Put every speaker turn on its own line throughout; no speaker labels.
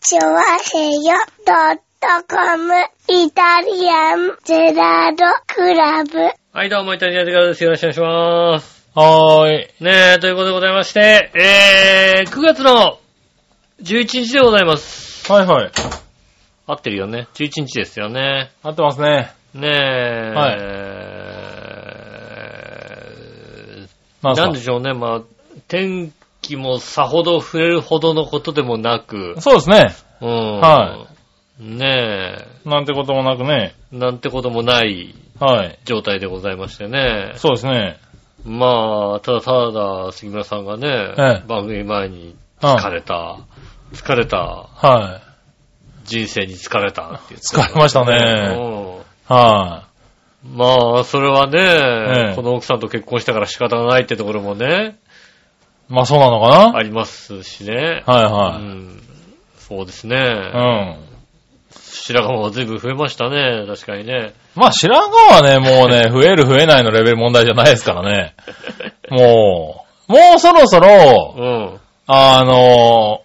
チョワヘヨドットコムイタリアンゼラードクラブ。
はい、どうも、イタリアンズガールです。よろしくお願いします。
はーい。
ねえ、ということでございまして、えー、9月の11日でございます。
はいはい。
合ってるよね。11日ですよね。
合ってますね。
ねえ、
はい
え
なん
ー、な
すか
んでしょうね、まあ、天気もさほど触れるほどのことでもなく、
そうですね。
うん。
は
ね
なんてこともなくね。
え、なんてこともない
はい。
状態でございましてね。
そうですね。
まあ、ただただ杉村さんがね、
ええ
番組前に
うん。
疲れた、疲れた、
は
人生に疲れたって言って
疲れました
う
ね
ん
い。は
まあ、それはね、
ええ
この奥さんと結婚したから仕方がないってところもね、
い。まあそうなのか
あ
な
りますしね。う
は
ん、そうです
い
ね。
はい。うん。
白髪も随分増えましたね、確かにね。
まあ白髪はね、もう ね、増える増えないのレベル問題じゃないですから ね。もう、もうそろそうろ、
ん。
あの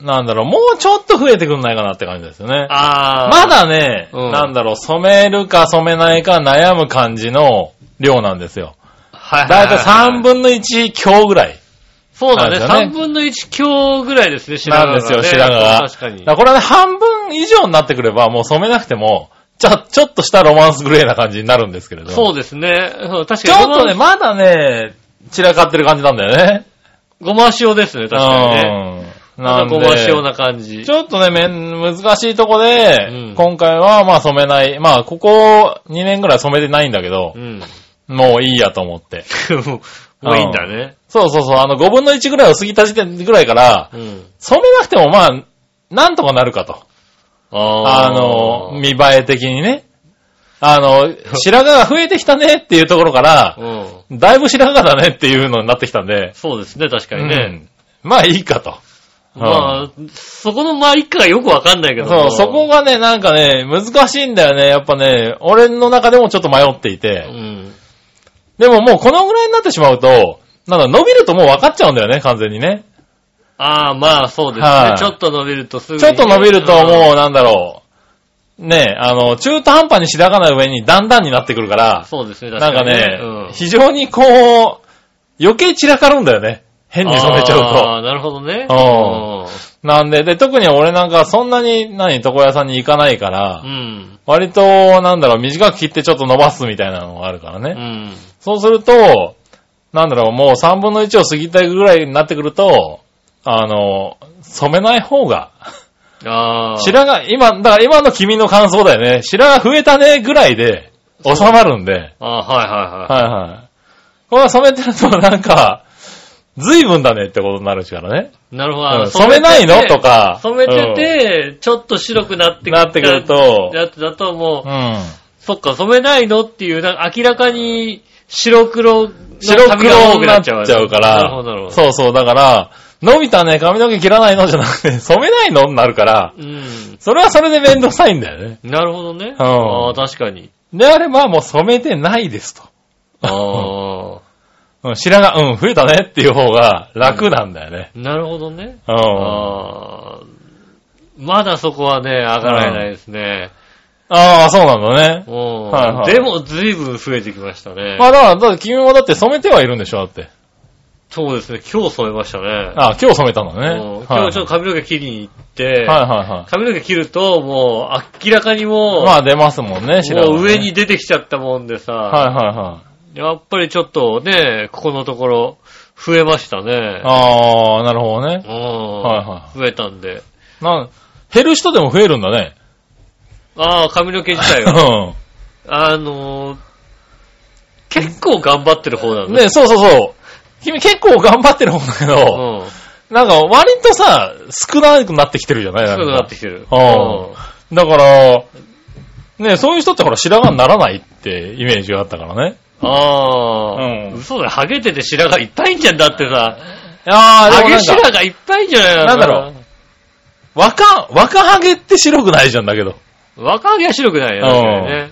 ー、なんだろう、もうちょっと増えてくんないかなって感じですよね。
ああ。
まだね、
うん
なんだろう、染めるか染めないか悩む感じの量なんですよ。
はいは
だ
い
いたい3
分。
分の1強ぐらい。
そうだね、
なんですよね
3分の1強ぐらいですね、白髪が、ね。
なんですよ白髪が
確かに
だ。からこれはね、半分以上になってくれば、もう染めなくても、ちょ、ちょっとしたロマンスグレーな感じになるんですけれど。
そうですね。うん確
ちょ
か
っ
に
とね、まだね、散らかってる感じなんだよね。
ごま塩ですね、確かにね。
うん。
な
なんん
か
で
ごま塩な感じ。
ちょっとね、めん、難しいとこで、
うん
今回はまあ染めない。まあ、ここ2年ぐらい染めてないんだけど
う、ん。
もういいやと思って。
もういいんだね。
そうそうそう、あの、5分の1ぐらいを過ぎた時点ぐらいから、
うん。
染めなくてもまあ、なんとかなるかと。あ
あ
の、
み、
見栄え的にね。あの、白髪が増えてきたねっていうところから、
うん。
だいぶ白髪だねっていうのになってきたんで、
そうですね、確かにね。
うんまあいいかと。うん
まあ、そこのまあ一家がよくわかんないけど
そう、そこ
が、
がね、なんかね、難しいんだよね。やっぱね、俺の中でもちょっと迷っていうて。
ん。
でももうこのぐらいになってしまうと、なんだ、伸びるともう分かっちゃうんだよね、完全にね。
ああ、まあそうですね
は。い
ちょっと伸びるとすぐに
ち
ね、
ょっと伸びると
うん
もうなんだろう。ねあの、中途半端に白髪な上にだんだんになってくるから、
そうですね、
なん
確か
か
に
ね、
うん
非常にこう、余計散らかるんだよね。変に染めちゃ
ああ、なるほどね。
うんうと。なんで、で、特に俺なんかそんなに、何、床屋さんに行かないから、
うん。
割と、なんだろう、短く切ってちょっと伸ばすみたいなのがあるからね。
うん。
そうすると、なんだろう、もう3分の1を過ぎたぐらいになってくると、あの、染めない方が、
ああ。
白髪、今、だから今の君の感想だよね。白髪増えたねぐらいで、収まるんで。
ああ、はいはいはい。
はいはい。これは染めてるとなんか、随分だねってことになるからね。
なるほ
う
ど。
ん染めないの
て
と。か。
染めてて、ちょっと白くなって
うん、なってくると、
やつだともう
う、ん。
そっか、染めないのっていう、なんか明らかに白黒の
白
髪が多
黒
く
に
な
な
っ
っ
ち
ち
ゃ
ゃ
う。
うか
なるほど、なる
ら、
ほど。
そうそう、だから、伸びたね、髪の毛切らないのじゃなくて、 染めないのになるから、
う。ん。
それはそれで面倒くさいんだよね。
なるほどね。
うん
ああ、確かに。
であれば、もう染めてないですと。
ああ。
うん、白髪、うん、増えたねっていう方が楽なんだよね。
なるほどね。
うん。
ああ。まだそこはね、上がられないですね。
ああ、そうなんだね
う。
はい
ん。
はい
でも、随分増えてきましたね
ま。あだから、だって君もだって染めてはいるんでしょ、だって。
そうですね、今日染めましたね。
ああ、今日染めたんだ
うん
ね。
今日ちょっと
っ
髪の毛切りに行って、
はいはいはい。
髪の毛切ると、もう、明らかにもう、
まあ出ますもんね、白髪
も
ね
う上に。出てきちゃったもんでさ、
はいはいはい。
やっぱりちょっとね、ここのところ、増えましたね。
ああ、なるほどね
うん。。
はいは
増えたんで。
なん減る人でも増えるんだね。
ああ、髪の毛自体
う
は。
ん。
あのー、結構頑張ってる方なんだ。
ね、そうそうそう。君結構頑張ってる方だけ
う
ど、
ん。
なんか割とさ、少なくなってきてるじゃない
す
なん
ぐ
か
なってきてる。
うんだから、ね、そういう人ってほら白髪にならないってイメージがあったからね。
ああ、
うん
嘘だよ、ハゲてて白髪いっぱいんじゃんだってさ、ハ
あでもな
ゲ
んか
白髪いっぱいんじゃないの
なんだろ若、若ハゲって白くないじゃんだけど。
若ハゲは白くないよね。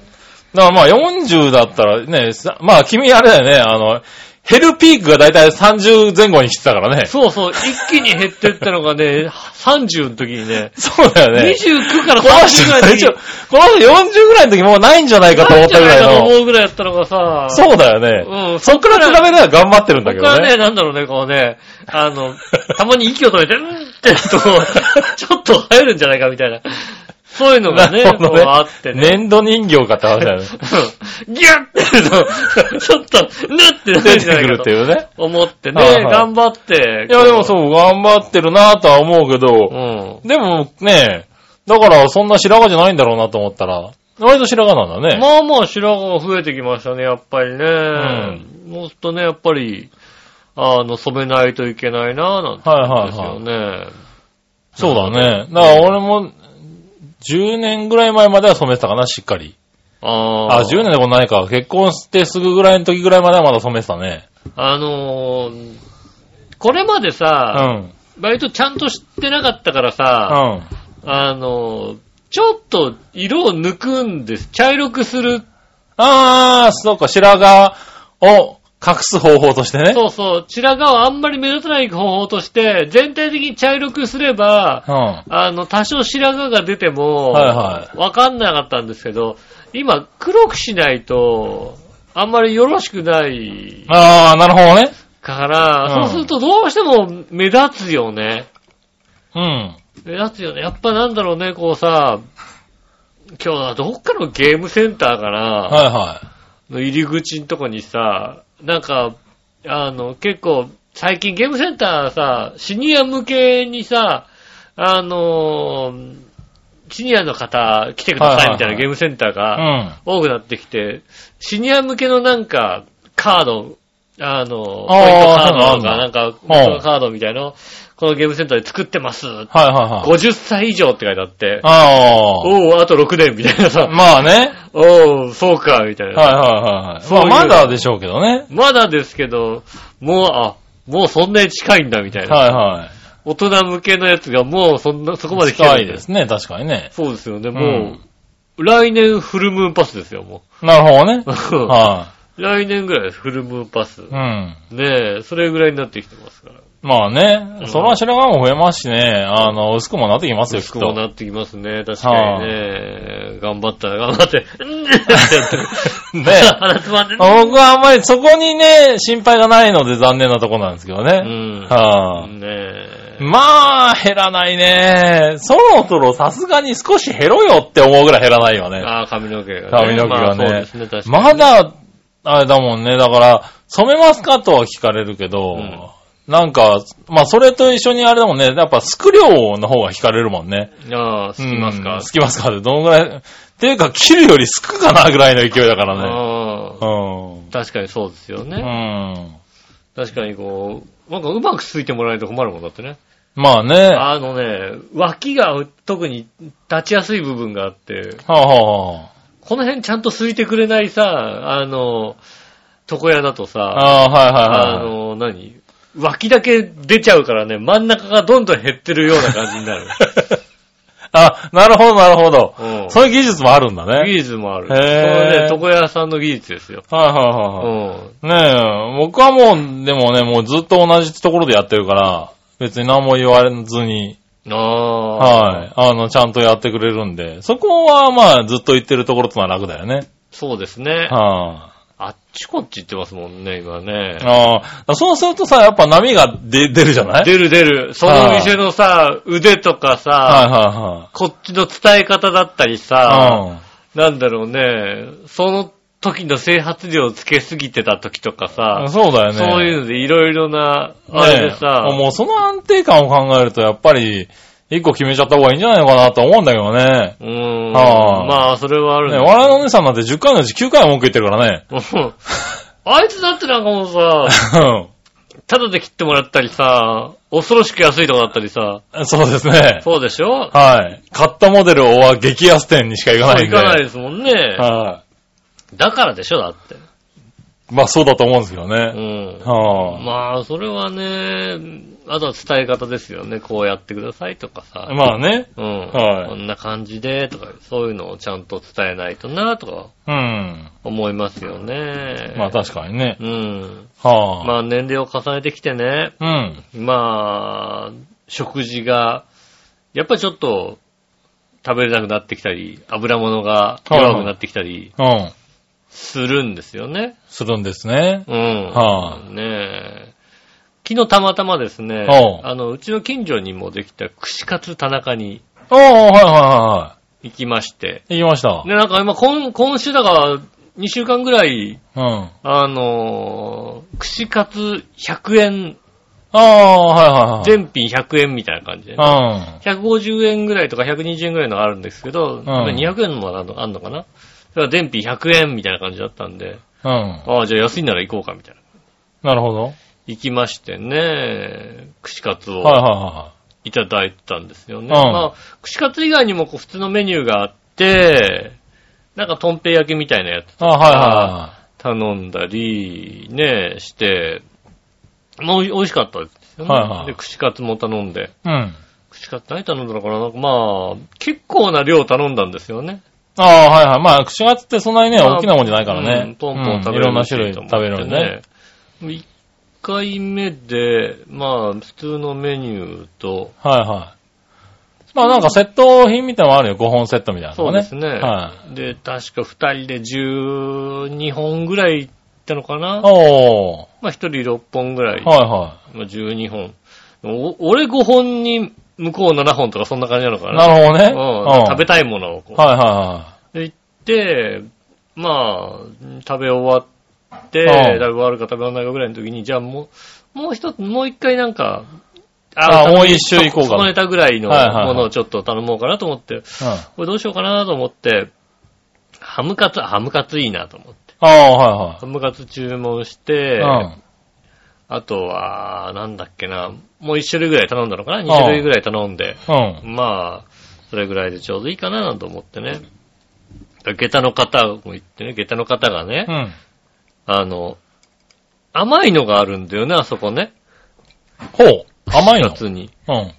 だからまあ40だったらね、さまあ君あれだよね、あの、減るピークがだいたい30前後に来てたから ね。
そうそう、一気に減ってったのがね、30の時にね、
そうだよね。
29から
この
30
人
ぐらいの
大
時
丈夫。この人40ぐらいの時もうないんじゃないかと思ったぐらい
なんじゃなかと
の。
思うぐらいやったのがさ、
そうだよね。
うん、
そっから比べれば頑張ってるんだけ
僕
ど
は
ね
ね、。なんだろうね、こうね、あの、たまに息を止めて、うーんってやると、 ちょっと入るんじゃないかみたいな。そういうのがね、
なるほ
こ
ど
う
ね
あってね。
粘土人形かって話だよね。
うんギュッてやると、ちょっと、ぬってなる
出
ん
て
じゃない
くる
か
って
と
いうね。
思って
はいは
ね、
い
頑張って。
いや、でもそう、頑張ってるなぁとは思うけ
う
ど、
ん。
でもね、だからそんな白髪じゃないんだろうなと思ったら、割と白髪なんだね。
まあまあ白髪が増えてきましたね、やっぱりね。もっとね、やっぱり、あの、染めないといけないなぁ、なんて
はい
思うん
は
で
い
すよ
はい。
ね。
そうだね。だから俺も、10年ぐらい前までは染めてたかな、しっかり。
あ
あ、10年でもないか。結婚してすぐぐらいの時ぐらいまではまだ染めてたね。
あのー、これまで
う
さ、
ん。
割とちゃんと知ってなかったから
う
さ、
ん。
あのー、ちょっと色を抜くんです。茶色くする。
あー、そうか、白髪を隠す方法としてね。
そうそう。白髪をあんまり目立たない方法として、全体的に茶色くすれば、
うん。はい
あの、多少白髪が出ても、
はいは
わかんなかったんですけど、今、黒くしないと、あんまりよろしくない
あー、なるほどね。
から、
う
そう
ん
するとどうしても目立つよね。
うん。
目立つよね。やっぱなんだろうね、こうさ、今日はどっかのゲームセンターかな、
はいはい。
の入り口のとこにさ、なんか、あの、結構、最近ゲームセンターさ、シニア向けにさ、あのーシニアの方来てくださいみたい
は
な
いはいは
いゲームセンター
う
が
ん。
多くなってきて、シニア向けのなんか、カード、あの、ポイントカードとか、
そうな
なんんか、
うん
ポイントカードみたいの、このゲームセンターで作ってます
はいはいはい。
50歳以上って書いてあって、
あ
おうあと6年みたいな
あ。
さ、
まあね。
おうそうか、みたいな。
はいはいはいはい。
そういう
まあまだでしょうけどね。
まだですけど、もう、あ、もうそんなに近いんだ、みたいな。
はいは
大人向けのやつがもうそんな、そこま
い。
で来てる
近
ん
いですね、確かにね。
そうですよね、もう、来年フルムーンパスですよ、も
なるほど ね。
う。
は
来年ぐらいです、フルムーンパス。
い。うん。
ねえ、それぐらいになってきてますから。
まあね
う、ん
そら白髪も増えますしね、あの、薄くもなってきますよ、きっ
薄くも
と。
なってきますね、確かにね。頑張ったら頑張って、うんってやってる
ね
鼻つまんで、
僕はあんまりそこにね、心配がないので残念なとこなんですけど
う
ね。
ん。
は
ねえ。
い。まあ、減らないね。そろそろさすがに少し減ろよって思うぐらい減らないよね。
ああ、髪の毛がね。
髪の毛
まあ
がね
そうですね、確かに。
まだ、あれだもんね。だから、染めますかとは聞かれるけど、
うん
なんか、まあ、それと一緒にあれだもんね。やっぱ、スクリョの方が聞かれるもんね。
ああ、すきます
う
か
ん。すきますかって、どのぐらい、っていうか、切るよりすくかなぐらいの勢いだからね。
あ
う
あ
ん。
確かにそうですよね。
うん。
確かにこう、なんかうまくすいてもらえると困るもんだってね。
まあね。は
あのね、脇が特に立ちやすい部分があって、
あ、は
この辺ちゃんとすいてくれないさ、あの、床屋だと
あ、
さ、
ああ、
あ
はいはいはい。
の、何脇だけ出ちゃうからね、真ん中がどんどん減ってるような感じにな る。
あ、なるほど、なるほど。
うん
そういう技術もあるんだ
技
ね。
術もある。
へ
そ
ー
れね、床屋さんの技術ですよ。
はいはいはい。
うん。
ねえ、僕はもう、でもね、もうずっと同じところでやってるから、別に何も言われずに、
ああ。
はい、あの、ちゃんとやってくれるんで、そこはまあ、ずっと言ってるところとは楽だよね。
そうですね。
は
あっちこっち行ってますもんね、今ね
い。ああ、そうするとさ、やっぱ波が出出るじゃない
出る出る。その店のさ、腕とかさ、
はいは
こっちの伝え方だったり
い
さ、
はい。
なんだろうね、その時の整髪量をつけすぎてた時とか
う
さ、
ん。そうだよね。
そういうのでいろいろな、あれでさ、
ねえもうその安定感を考えると、やっぱり、一個決めちゃった方がいいんじゃないのかなと思うんだけどね。
うーん、
はあ
まあ、それはある
ね
ね。
笑いのお姉さんなんて10回のうち9回は文句言ってるからね。
うん あいつだってなんかもうさ、ただで切ってもらったりさ、恐ろしく安いとこだったりさ、
うんそうですね。
そうでしょ
はい。買ったモデルは激安店にしか行かないん
行
で。
かないですもんね。
は
だからでしょ、だって。
い。まあそうだと思うんですけど
う
ね。
ん。
は
まあ、それはね、あとは伝え方ですよね。こうやってくださいとかさ
あ。。まあね。
うん。
はい
こんな感じでとか、そういうのをちゃんと伝えないとなとか
うん。
思いますよね。
まあ確かにね。
うん。
はあ。
まあ年齢を重ねてきてね、
うん。
まあ、食事が、やっぱりちょっと、食べれなくなってきたり、油物が弱くなってきたり
うん。
するんですよね。
するんですね。
うん。
は
ねえ。昨日たまたまですね
おう、
あの、うちの近所にもできた串カツ田中に
おー、はいはいは
行きまして、
いはい。行きました。
で、なんか今、今今週だから、2週間ぐらい、
うん。
あのー串カツ100円、
ああ、はいはいはい。
全品100円みたいな感じで、ね、
うん。
150円ぐらいとか120円ぐらいのがあるんですけど、200円のもあるのあんのかなそれは全品100円みたいな感じだったんで、
うん。
ああ、じゃあ安いなら行こうかみたいな。
なるほど。
行きましてね、串カツを。
はいはい
ただいたんですよね。
ん
まあ、串カツ以外にもこう普通のメニューがあって、なんかとんぺい焼きみたいなやつ
いはい。あは
頼んだり、ね、して、まあ、おい美味しかったですよね。
はいはい
で、串カツも頼んで。
いはいはい。うん。
串カツ何頼んだのかななんかまあ、結構な量頼んだんですよね。
ああ、はいはい。まあ、串カツってそんなにね、
まあ
大きなもんじゃないから
う
ね
ん。ポンポン食べれ
うんい
る
ろんな種類食べれるね。
と思ってね。1回目で、まあ、普通のメニューと、
はいはい。まあなんかセット品みたいなのもあるよ。5本セットみたいなの
そ
も
う
ね。
ですね。
は
で、確か二人で12本ぐらい行ったのかな
おー。
まあ一人6本ぐらい。
はいは
まあ12本。お俺5本に向こう7本とかそんな感じなのか
い。
な
なるほどね。
うん、食べ
た
たいものをこう。
はいは
で行って、まあ、食べ終わって、
うん
だいぶ終わるか食べ終わらないかぐらいの時に、じゃあもう、もう一つ、もう一回なんか、
あ
改めて
もう一周行こうか
そのネタぐらいの
はいはいはい
ものをちょっと頼もうかなと思って、
いはい。うん。
これどうしようかなと思って、ハムカツ、ハムカツいいなと思って。
ああ、は
ハムカツ注文し
い
て、
はい。
あとは、なんだっけな、もう一種類ぐらい頼んだのかな ?2 種類ぐらい頼んで、
うん。うん。
まあ、それぐらいでちょうどいいかなと思ってね。下駄の方も行ってね、下駄の方がね、
うん。
あの、甘いのがあるんだよね、あそこね。
ほう。甘いの
二つに。
うん。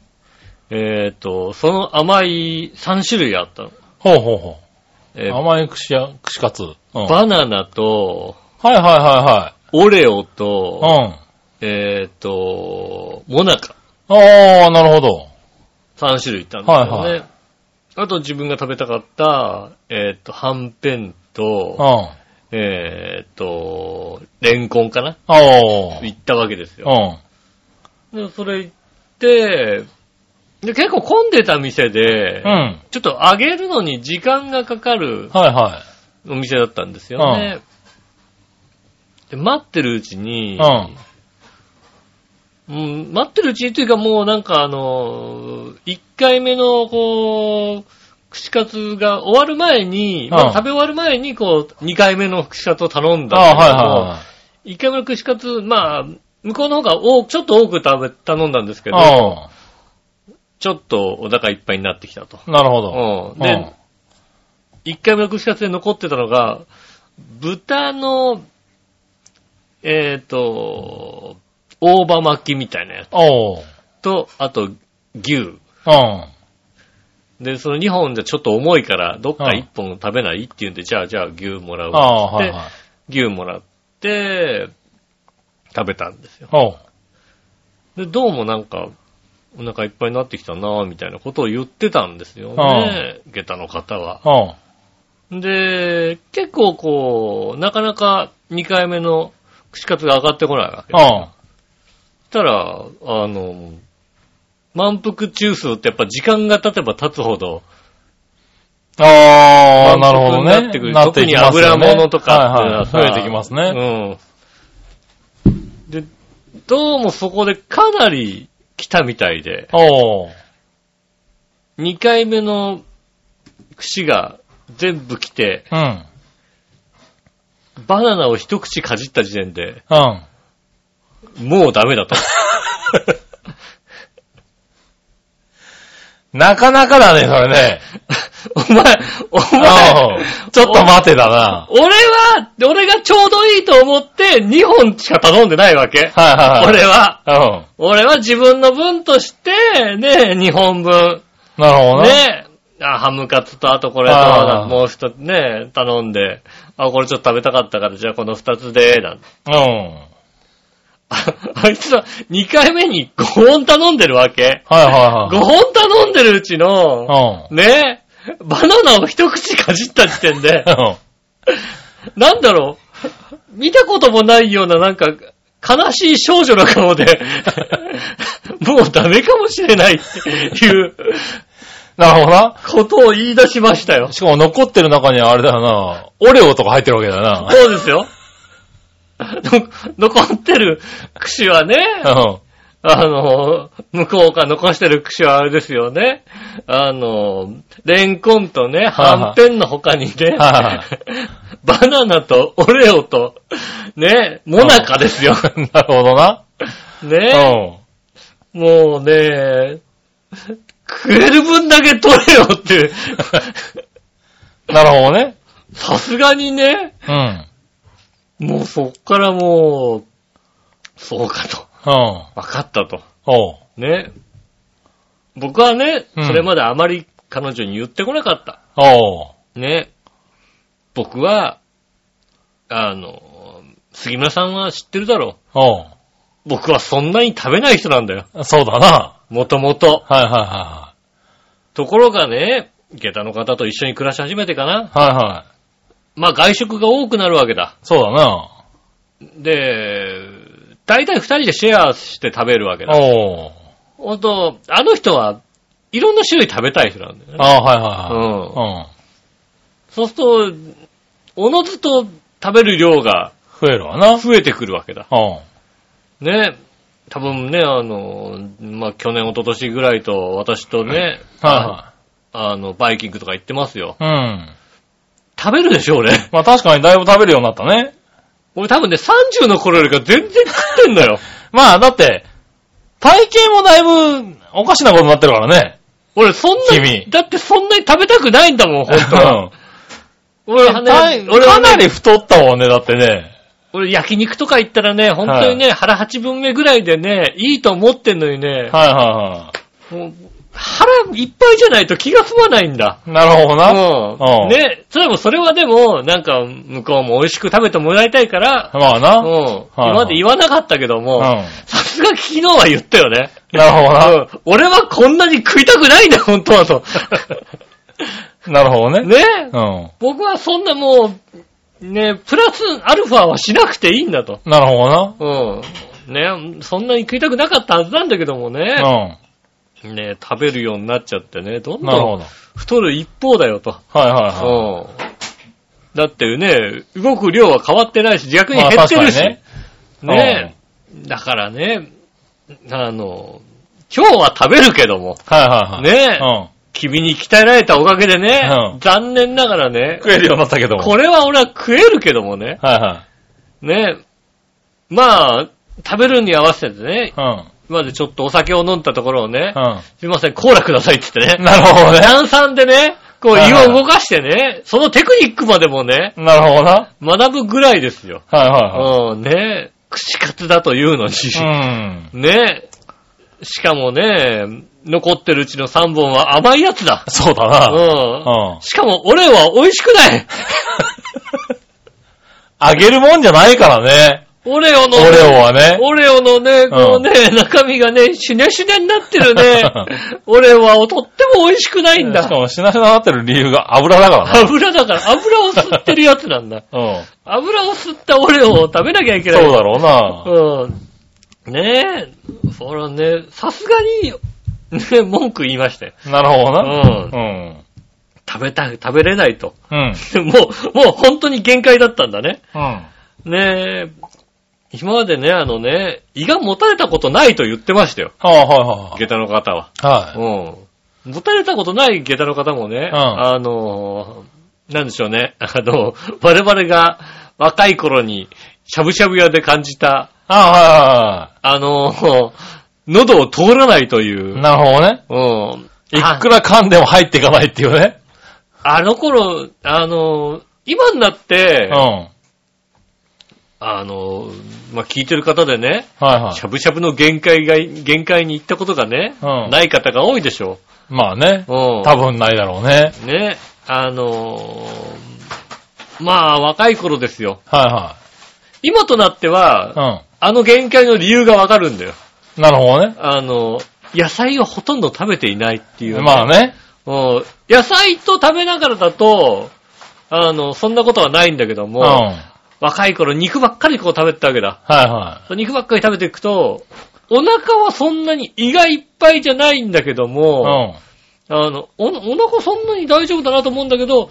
えっ、と、その甘い3種類あったの。
ほうほうほ
え
う。
ー
甘い串や、串カツ。うん。はい
バナナと、
はいは
オレオ
い
と、
はい。うん。
えっ、と、モナカ。
ああ、なるほど。
3種類いったんですよね。
はい
あと自分が食べたかった、えっ、と、はんぺん
うん。
と、
あ
えっ、と、レンコンかな
あー。
行ったわけです
う
よ。
ん。
でそれ行って、で、結構混んでた店で、
うん。はい
ちょっと揚げるのに時間がかかる
は
お店だったんですよね。で待ってるうちに、うん待ってるうちにというかもうなんかあの、1回目のこう、串カツが終わる前に、まあ
うん
食べ終わる前にこう、2回目の串カツを頼ん
い。あ
だ
あ、
んだけども
は
1回目の串カツ、まあ、向こうの方が多く、ちょっと多く食べ、頼んだんですけ
い
ど、
はい。うん。
ちょっとお腹いっぱいになってきたと。
なるほど。
うんで、1回目の串カツで残ってたのが、豚の、えっ、と、大葉巻きみたいなやつ
おう。
と、あと、牛。
うん。
で、その2本じゃちょっと重いから、どっか1本食べないって言うんで、じゃあ、じゃあ牛もらう
ああ、
わっ
は
て
いはい。
牛もらって、食べたんですよ。
おう。
で、どうもなんか、お腹いっぱいになってきたなぁ、みたいなことを言ってたんですよね。下駄の方は。
うん。
で、結構こう、なかなか2回目の串カツが上がってこないわけ
う
です。
ん。
そしたら、あの、満腹中枢ってやっぱ時間が経てば経つほど、
ああ、なるほど
満腹に
ね。
なってくる。
なっ
特
てい
に
きますよ
油
ね
物とかっていうの
は
はいさ
はい。増えてきますね。
うん。で、どうもそこでかなり来たみたいで、
おう。
2回目の串が全部来て、
うん。
バナナを一口かじった時点で、
うん。
もうダメだ と。
なかなかだね、それね。
お前、お
お
前、
うちょっと待てだな。
俺は、俺がちょうどいいと思って2本しか頼んでないわけ。
はいはい
俺は。
はい。
俺は自分の分として、ね、2本分。
うん。なるほどね。
ね、あ、ハムカツと、あとこれと、
あー
もう一つね、頼んで、あ、これちょっと食べたかったから、じゃあこの二つで、なんて。
うん。
ああいつは、二回目に5本頼んでるわけ。
はい
5
は
本頼んでるうち
い
の、
はい。
ね、バナナを一口かじった時点 で、
うん。うん
なんだろう、見たこともないような、なんか、悲しい少女の顔 で、もうダメかもしれないっていう
なるほどな。
ことを言い出しました よ。
しかも残ってる中にあれだよな、オレオとか入ってるわけだよ
そうですよ。の残ってる串はね、
な。うん。
あの、向こうが残してる串はあれですよね。あの、レンコンとね、
はい
はんぺんの他にね、
は
バナナとオレオと、ね、モナカですよ。
なるほどな。う
ね、
ん。
もうね、食える分だけ取れよ って、
なるほどね。
さすがにね、
うん。
もうそっからもう、そうかと。
うん。
分かったと。
おう。
ね。僕はね、
うん
それまであまり彼女に言ってこなかった。
おう。
ね。僕は、あの、杉村さんは知ってるだろ
おう。
う。僕はそんなに食べない人なんだよ。
そうだな。
もともと。
はいは
ところがね、下駄の方と一緒に暮らし始めてかな。
いはい。はいはい。
まあ外食が多くなるわけだ。
そうだな。
で、大体二人でシェアして食べるわけだ。
おう。
ほんと、あの人はいろんな種類食べたい人なんだよね。
ああ、はいはい
うん。
はい。
そうすると、おのずと食べる量が
うん。増えるわな。
増えてくるわけだ。
うん。
ね。多分ね、あの、まあ、去年、一昨年ぐらいと、私とね、
は
あの、バイキングとか行ってますよ。
いはい。うん。
食べるでしょ、俺。
まあ確かにだいぶ食べるようになったね。
俺多分ね、30の頃よりか全然食ってん だよ。
まあだって、体型もだいぶおかしなことになってるから ね。
俺、そんな、
君
だってそんなに食べたくないんだもん、 本当は。俺は
うん。た
ね、俺
か
は
な
ね、
り太ったもんね、だってね。
俺焼肉とか行ったらね、本当にね、腹8分目ぐらいでね、いいと思ってんのにね、
はいは
もう腹いっぱいじゃないと気が済まないんだ。
いはい。なるほどな。
う。
うんん
ね、それもそれはでも、なんか、向こうも美味しく食べてもらいたいから、
まあ
う
な。
ん
うん。。
今まで言わなかったけども、さすが昨日は言ったよね。
なるほどな。
うん俺はこんなに食いたくないんだ、本当はと。
なるほどね。
ね
うん。
僕はそんなもう、ね、プラスアルファはしなくていいんだと。
なるほどな。
うん。ね、そんなに食いたくなかったはずなんだけどもね。ね、食べるようになっちゃってね、どん
うん。なる
ど
ほ
ん
ど。
太る一方だよと。
はいはいは
うん。だってね、動く量は変わってないし、逆
い。
に
まあ
減って
確か
る
に
し。
ね。
ねだからね、あの、今日は食べるけども、
はいはいはい。
ね
うん。
君に鍛えられたおかげでね、
うん
残念ながらね、
食えるようになったけども。
これは俺は食えるけどもね、
はいは
ねまあ、食べるに合わせてね
い。、うん。
今までちょっとお酒を飲んだところをね、
う
すいません、コーラくださいって言ってね、
ん。なるほどね。
炭酸でね、こう
はい
胃
はい
を動かしてね、そのテクニックまでもね、
なるほどな。
学ぶぐらいですよ。
はいは
うん、ね串カツだというのに、
いはい。うん。
ねしかもね、残ってるうちの3本は甘いやつだ。
そうだ
う
な。
ん。
うん。
しかも、俺は美味しくない
あげるもんじゃないからね。
オレオの、
オレオはね。
オレオのね、こうね、中身がね、しねしねになってる ね。オレオはとっても美味しくないん
し
だ
か。もしなしなになってる理由が油だからな。
油だから、油を吸ってるやつなんだ。
うん。
油を吸ったオレオを食べなきゃいけ
そ
な
う
い。
だろうな。
うん。ねえ、そらね、さすがに、ね、文句言いましたよ。
なるほど
う
な。
ん
う。ん。
食べたい、食べれないと。
うん。
でもう、もう本当に限界だったんだね。
うん。
ねえ、今までね、あのね、胃が持たれたことないと言ってましたよ。
ああ、はいはい
下駄の方は。
はい。はい。
うん。持たれたことない下駄の方もね、
うん
あのー、なんでしょうね、あの、我々が若い頃に、しゃぶしゃぶ屋で感じた、
あ
あのー、喉を通らないとい
あ、はいはいは
う
い。、なるほどね。
うん。
い
あ
くら噛んでも入っていかないっていうね。
あの頃、あのー、今になっ
う
て
ん。、はい
あの、まあ、聞いてる方でね、
は
しゃぶしゃぶの限界が、限界に行ったことがね、
うん
ない方が多いでしょ
い。まあね。
うん。
多分ないだろうね。
ね、あのーまあ、若い頃ですよ。
は
今となって
い
は、
は
あの限界の理由がわかるんだよ。
い。うん。なるほどね。
あの、野菜をほとんど食べていないっていう。
まあね。
うん野菜と食べながらだと、あの、そんなことはないんだけど
う
も、
ん。はい
若い頃肉ばっかりこう食べてたわけだ。
は
肉ばっかり食べていくと、お腹はそんなに胃がいっぱいじゃないんだけど
い。う
も、
ん。
あのお、お腹そんなに大丈夫だなと思うんだけど、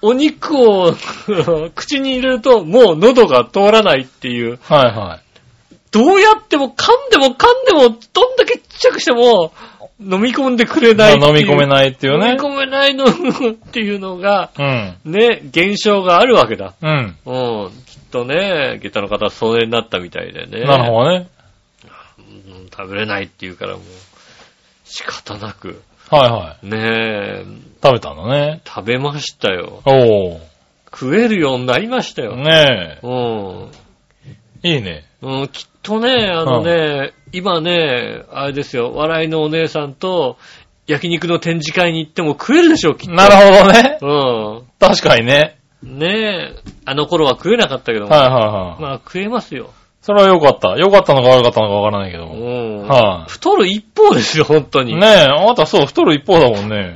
お肉を 口に入れるともう喉が通らないっていう、
はいはい。
どうやっても噛んでも噛んでもどんだけちっちゃくしても飲み込んでくれないっていう。
飲み込めないっていう
飲
ね
み。込めないのっていうのが、
うん。
ね、現象があるわけだ。
うん。
うん、きっとね、下駄の方はそれになったみたいでね。
なるほどね。
うん食べれないっていうからもう、仕方なく、
はいはい。
ねえ、
食べたんだね。
食べましたよ。
お
食えるようになりました
ー。
よ。
ね
うん。
え。いいね。
うん、きっとね、あのね、今ね、あれですよ、笑いのお姉さんと焼肉の展示会に行っても食えるでしょう、きっと。
なるほどね。
ほど。
確かにね。
うん。ねえ、あの頃は食えなかったけども、
はいはいはい。
まあ食えますよ。
それは良かった。良かったのか悪かったのかわからないけど
う
も。
ん。
は
太る一方ですよ、本当
い。
に。
ねえ、あなたそう、太る一方だもんね。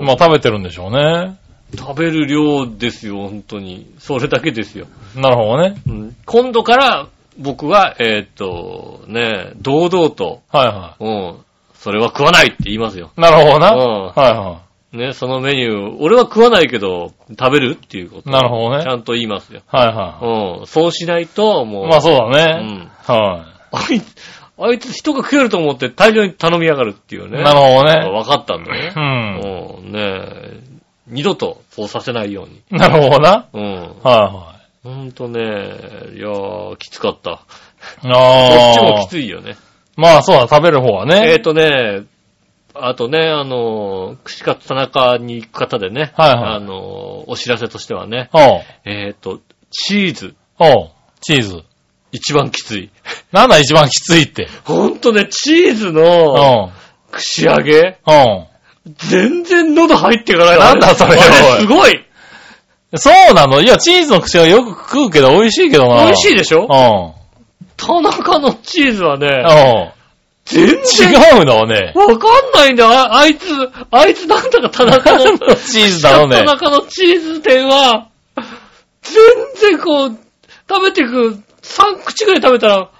うん。
まあ食べてるんでしょうね。
食べる量ですよ、本当に。それだけですよ。
なるほどね。
うん今度から僕は、えーっと、ね、堂々と、
はいは
うん、それは食わないって言いますよ。
い。なるほどな。
うん
はいは
ね、そのメニュー、俺は食わないけど、食べるっていうこと。
い。なるほどね
ち。ゃんと言いますよ。
はいは
うん、そうしないと、も
い。
う、
まあそうだ
う
ね。
ん、
は
あいつ、あいつ人が食えると思って大量に頼みやがるっていう
い。
ね。
なるほどね。
分かったんだね
う。ん。
うん、ね二度とそうさせないように。
なるほどな。
うん。
は
ほんとね、いやー、きつかった。
い
こっ
はい。
ちも
あ
きついよね。
あ。まあそうだ、食べる方は
えっ、
ね。
とね、あとね、あの、串カツ田中に行く方でね、
はいはい
あの、お知らせとしてはね、
おう。
えっ、と、チーズ、
おう。チーズ。
一番きつい。
なんだ一番きついって。
ほんとね、チーズ
う
の
ん。
串揚げ、
うん。
全然喉入っていかない
なんだそれ
あ
おい
すごい
そうなのいや、チーズの口はよく食うけど美味しいけどな。
美味しい
い
でしょ
うん。
田中のチーズはね、
うん。
全然
違う のね。
わかんないんだよ。ああいつ、あいつなんだか田中の
チーズだろうね
田中のチーズ店は、全然こう、食べてく、3口ぐらい食べたら、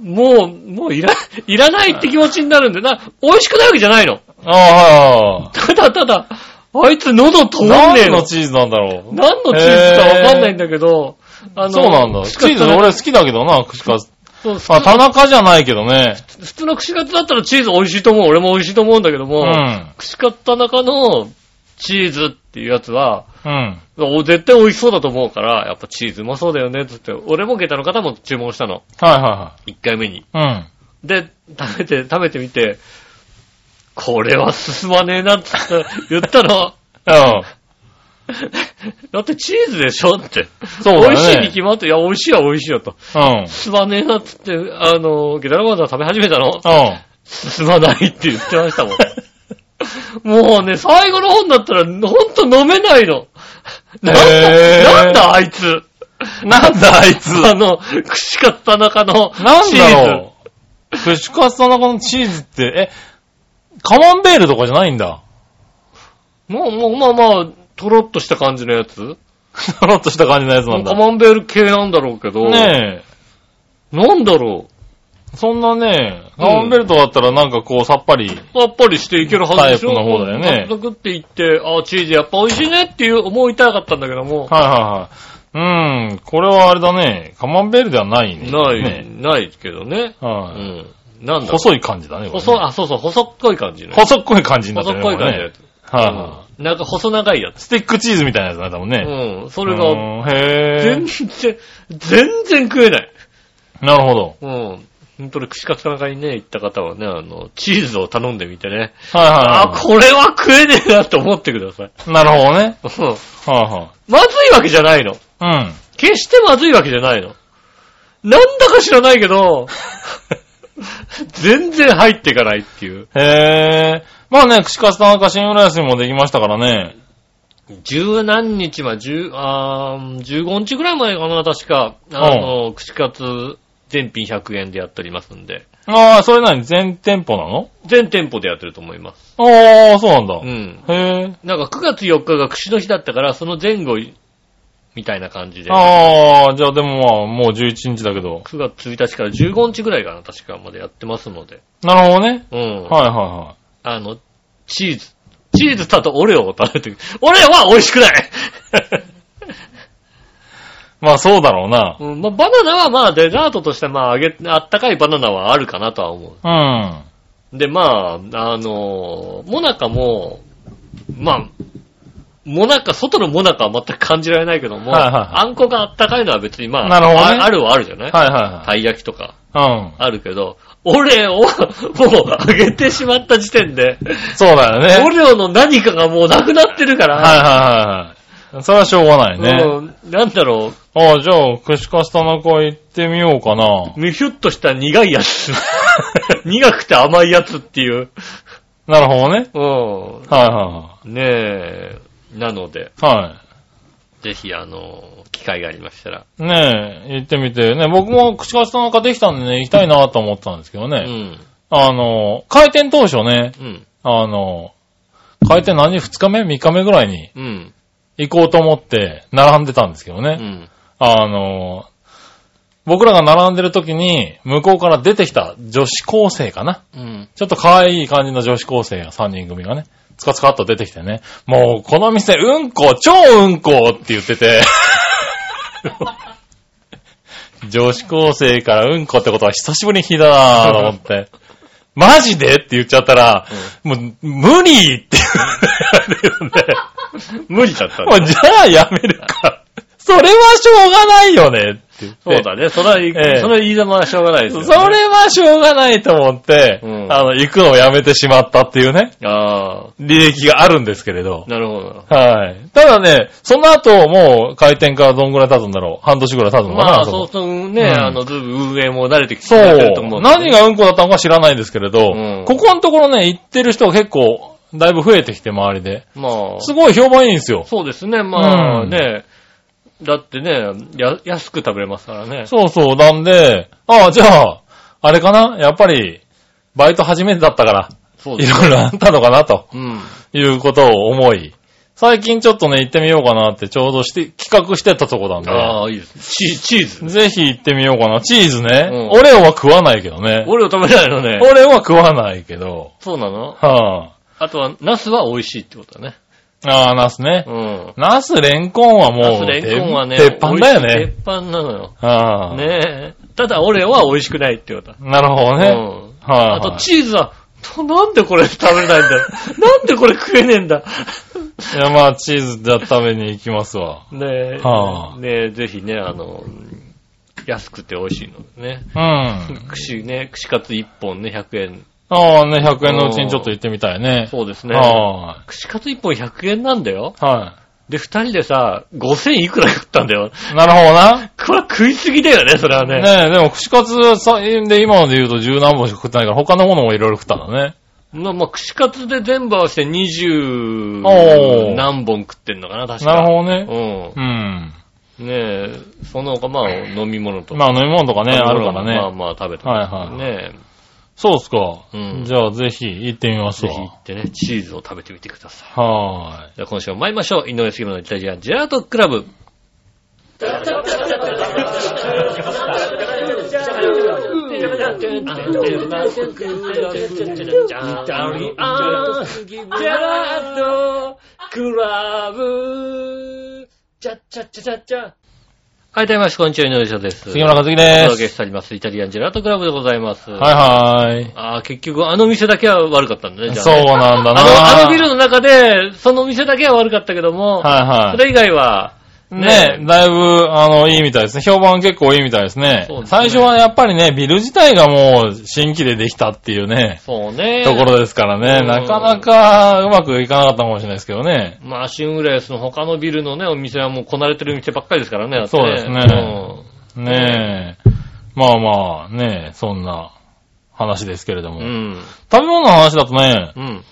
もう、もうい ら、いらないって気持ちになるんで、な、美味しくないわけじゃないの。
ああ、
ただただ、あいつ喉通んねえ
何の
の。
チーズなんだろう。
何のチーズかわかんないんだけど、あの、
そうなんだ。
串
チ
カツ
ーズ俺好きだけどな、串カツ。
そう
あ、田中じゃないけどね。
普通の串カツだったらチーズ美味しいと思う。俺も美味しいと思うんだけど
う
も、
ん。
串カツ田中のチーズっていうやつは、
うん。
お絶対美味しそうだと思うから、やっぱチーズうまそうだよね、つって。俺も下駄の方も注文したの。
は
1回目に。
いはいはい。
で、食べて、食べてみて、これは進まねえな、つって言ったの。
うん。うん。
だってチーズでしょって。
そうだね
美味しいに決まって、いや、美味しいは美味しいよと。
うん。
進まねえな、つって、あの、下駄の方は食べ始めたの。
うん。
進まないって言ってましたもん。もうね、最後の本だったら、ほんと飲めないの。なん
へー
だ、なんだあいつ。
なんだあいつ。
あの、串カツ田中の
なん
チ
だ
ーズ。
ろう。串カツ田中のチーズって、え、カマンベールとかじゃないんだ。
もう、もう、まあまあ、とろっとした感じのやつ
とろっとした感じのやつなん
カ
だ。
マンベール系なんだろうけど。
ねえ。
なんだろ
そんなね、カマンベールとかだったらなんかこうさっぱり、
う。やっぱりしていけるはずでしょ。
タイプの方だよね
納得って言って、ああ、チーズやっぱ美味しいねっていう思いたかったんだけども。
はいはいはい。うーん、これはあれだね。カマンベールではないね。
ない、
ね
ないけどね。う
はい、
ん。なんだろう
細い感じだね、これね
細、あ、そうそう、細っこい感じの。
細っこい感じになっ
細
て
っ
るね。
こい感じの
これ
や
ね
つ。
はい、
うんなんか細長いやつ。
スティックチーズみたいなやつだね、多分ね。
うん。そ
こ
れが、
へ
全
ぇ
然、全然食えない。
ー。なるほど。
うん。本当に串カツ田中にね、行った方はね、あの、チーズを頼んでみてね。
はいはい
あ、
はい、
これは食えねえなって思ってください。
なるほどね。
うん
は
まずいわけじゃないの。
いはい、
決してまずいわけじゃないの。なんだか知らない けど、全然入っていかないっていう。
うん。へぇー。まあね、串カツ田中新浦安にもできましたからね。
十何日ま、十、あー15日ぐらい前かな、確か。あの、串カツ全品100円でやっておりますんで。
ああ、それ何全店舗なの
全店舗でやってると思います。
ああ、そうなんだ。
うん。
へえ。
なんか9月4日が串の日だったから、その前後、みたいな感じで。
ああ、じゃあでもまあ、もう11日だけど。
9月1日から15日ぐらいかな、確かまでやってますので。
なるほどね。
うん。
はいはいはい。
あの、チーズ。チーズとあとオレオを食べてくオレオは美味しく ない
まあそうだろうな。
うん、まあ、バナナはまあデザートとしてまああげ、あったかいバナナはあるかなとは思
うん。
う。で、まあ、あのーモナカも、まあ、モナカ、外のモナカは全く感じられないけども、
はいはいはい
あんこがあったかいのは別にまあ、
なるほどね
ああるはあるじゃない、
はいは
たい焼きとか
いはい。うん。
あるけど、オレオをもうあげてしまった時点で、
そうだよね。
オレオの何かがもうなくなってるから、
はいはいはいはい。それはしょうがないね。
うん、なんだろう、
ああ、じゃあ、串カツ田中行ってみようかな。
むひゅっとした苦いやつ。 苦くて甘いやつっていう。
なるほどね。
う
はいは
ん。ねえ。なので、
いはい。は
ぜひ、あの、機会がありましたら。
い。ねえ、行ってみて。ね、僕も串カツ田中できたんでね、行きたいなと思ったんですけど
う
ね。
ん。
あの、開店当初ね、
うん。
あの、開店何 ?2 日目 ?3 日目ぐらいに
うん。
行こうと思って並んでたんですけどね。
うん。
あの、僕らが並んでる時に、向こうから出てきた女子高生かな。
うん。
ちょっと可愛い感じの女子高生が3人組がね、つかつかっと出てきてね、もうこの店うんこ、超うんこって言っ てて、女子高生からうんこってことは久しぶりに聞いたなぁと思って、マジでって言っちゃったら、もう無理って言われるんで、
無理だった
も
ね
うじゃあやめるか。 それはしょうがないよねって言って。
そうだね。それは、
ええ
それは言いざまはしょうがないです
そ
よ、
れ
ね。
はしょうがないと思って、
うん
あの、行くのをやめてしまったっていうね、
ああ。
履歴があるんですけれど。
なるほど。
はい。ただね、その後、もう、開店からどんぐらい経つんだろう半年ぐらい経つのかな、
まあ、
そ
そう
こ
そうね、
うん
あの、ずいぶん運営も慣れてき
そ
て
う
くれてると思う、
何、がうんこだったのか知らないですけれど、
うん
ここのところね、行ってる人が結構、だいぶ増えてきて、周りで。
まあ、
すごい評判いいんですよ。
そうですね。まあ
うん
ね、だってね、や、安く食べれますからね。
そうそう。なんで、ああ、じゃあ、あれかなやっぱり、バイト初めてだったから、
そうで
い
す。
ろいろあったのかな、と
うん。
いうことを思い、最近ちょっとね、行ってみようかなって、ちょうどして、企画してたとこなんで、
ああ、いいです。チチーズ。
ぜひ行ってみようかな。チーズね。
うん
オレオは食わないけどね。
俺を食べないのね。
オレオは食わないけど、
そうなの
は
あとは、ナスは美味しいってことだね。
あ、ああ、ナスね
う。ん。
ナス、レンコンは
ナ
も
ス、
う、
レンコンはね、
鉄板だよ
美味しい
ね。
鉄板なのよ。
はあ、
ねえ。ただ、オレオは美味しくないってことだ。
なるほど
う
ね。
ん。
はいはい
あと、チーズは、となんでこれ食べれないん だよ。なんでこれ食えねえんだ。
いや、まあ、チーズじゃ食べに行きますわ。
ねえ。
はあ
ねえ、ぜひね、あの、安くて美味しいのでね。
うん。
串ね、串カツ1本ね、100円。
ああね、100円のうちにちょっと行ってみたいね。
そうですね。
は
串カツ1本100円なんだよ。
い。は
で、二人でさ、5000いくら食ったんだよ。
い。なるほどな。
これは食いすぎだよね、それはね。
ねえ、でも串カツはさ、で、今ので言うと十何本しか食ってないから、他のものもいろいろ食ったんだね。
まあ、まあ、串カツで全部合わせて20
おー
何本食ってんのかな、確か
なるほどね。
ほ
うん。
うん。ねえ、その他、まあ、飲み物とか。
まあ飲み物とかね、あるから
まあ
ね。
まあ食べた。
はいはい
ね
そうっすか
うん。
じゃあぜひ行ってみま
え、
す
ぜ
わ
ひ。行ってね、チーズを食べてみてください。
は
じゃあ今週も参りましょう。井上杉村のイタリアンジェラートクラブ。はい、どうもこんにちは、井上翔です。
い。杉村和樹
お
で
届け
す。
しております。イタリアンジェラートクラブでございます。
はいはい。
ああ、結局あの店だけは悪かったんだね、じゃあ
そう
ね、
なんだな。
あの、あのビルの中で、そのお店だけは悪かったけども、
はい
そ
はい。
れ以外は、
ね
ね、
え、だいぶ、あの、いいみたいですね。評判結構いいみたいですね
そう。ですね
最初はやっぱりね、ビル自体がもう新規でできたっていうね。
そうね。
ところですからね、
うん
なかなかうまくいかなかったかもしれないですけどね。
まあ、シングレースの他のビルのね、お店はもうこなれてる店ばっかりですからね、だって
そうですねねえ。まあまあ、ねえ、そんな話ですけれども。
うん。うん。
食べ物の話だとね、
うん。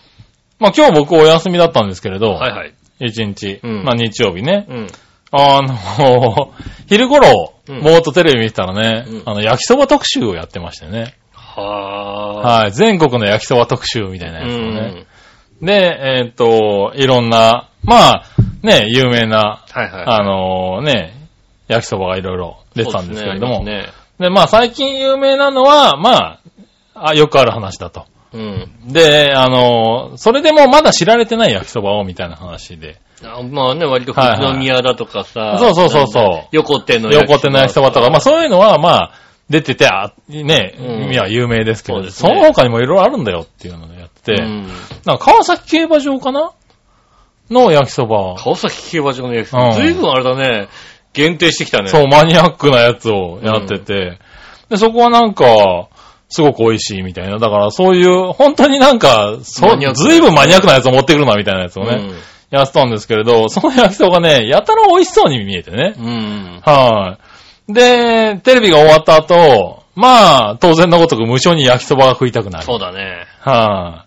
まあ今日僕お休みだったんですけれど、
はいはい。
一日、
うん
まあ日曜日ね。
うん。
あの、 昼頃、
うん
ぼーっとテレビ見てたらね、
うん
あの、焼きそば特集をやってましてね。
は
はい。全国の焼きそば特集みたい
あ。
な
う
やつをね。
ん。
で、えーっと、いろんな、まあ、ね、有名な、
はいはい。
あのね、焼きそばがいろいろ出てたんですけれども。
そうですね
で、まあ最近有名なのは、まあ、あよくある話だと。
ありますね
で、あの、それでもまだ知られてない焼きそばをみたいな話で。
うんあ。まあね、割と富士宮だとかさ。
そうそうそうそう
横手の
横手の焼きそばとか、まあそういうのはまあ、出てて、あ、ね、
うん
意味は有名ですけど、
そう
そ
ですね
の他にもいろいろあるんだよっていうのをやってて、
うん
なんか川崎競馬場かなの焼きそば。
川崎競馬場の焼きそば。
うん
ずいぶんあれだね、限定してきたね。
そう、マニアックなやつをやってて、で、そこはなんか、すごく美味しいみたいな。だからそういう、本当になんか、そ
マ
う、
ニアック
ずいぶんマニアックなやつを持ってくるなみたいなやつ
う
をね、やってたんですけれど、その焼きそばがね、やたら美味しそうに見えてね。
ん。うん。
はい。で、テレビが終わった後、まあ、当然のごとく無償に焼きそばが食いたくなる。
そう
はい、
だね。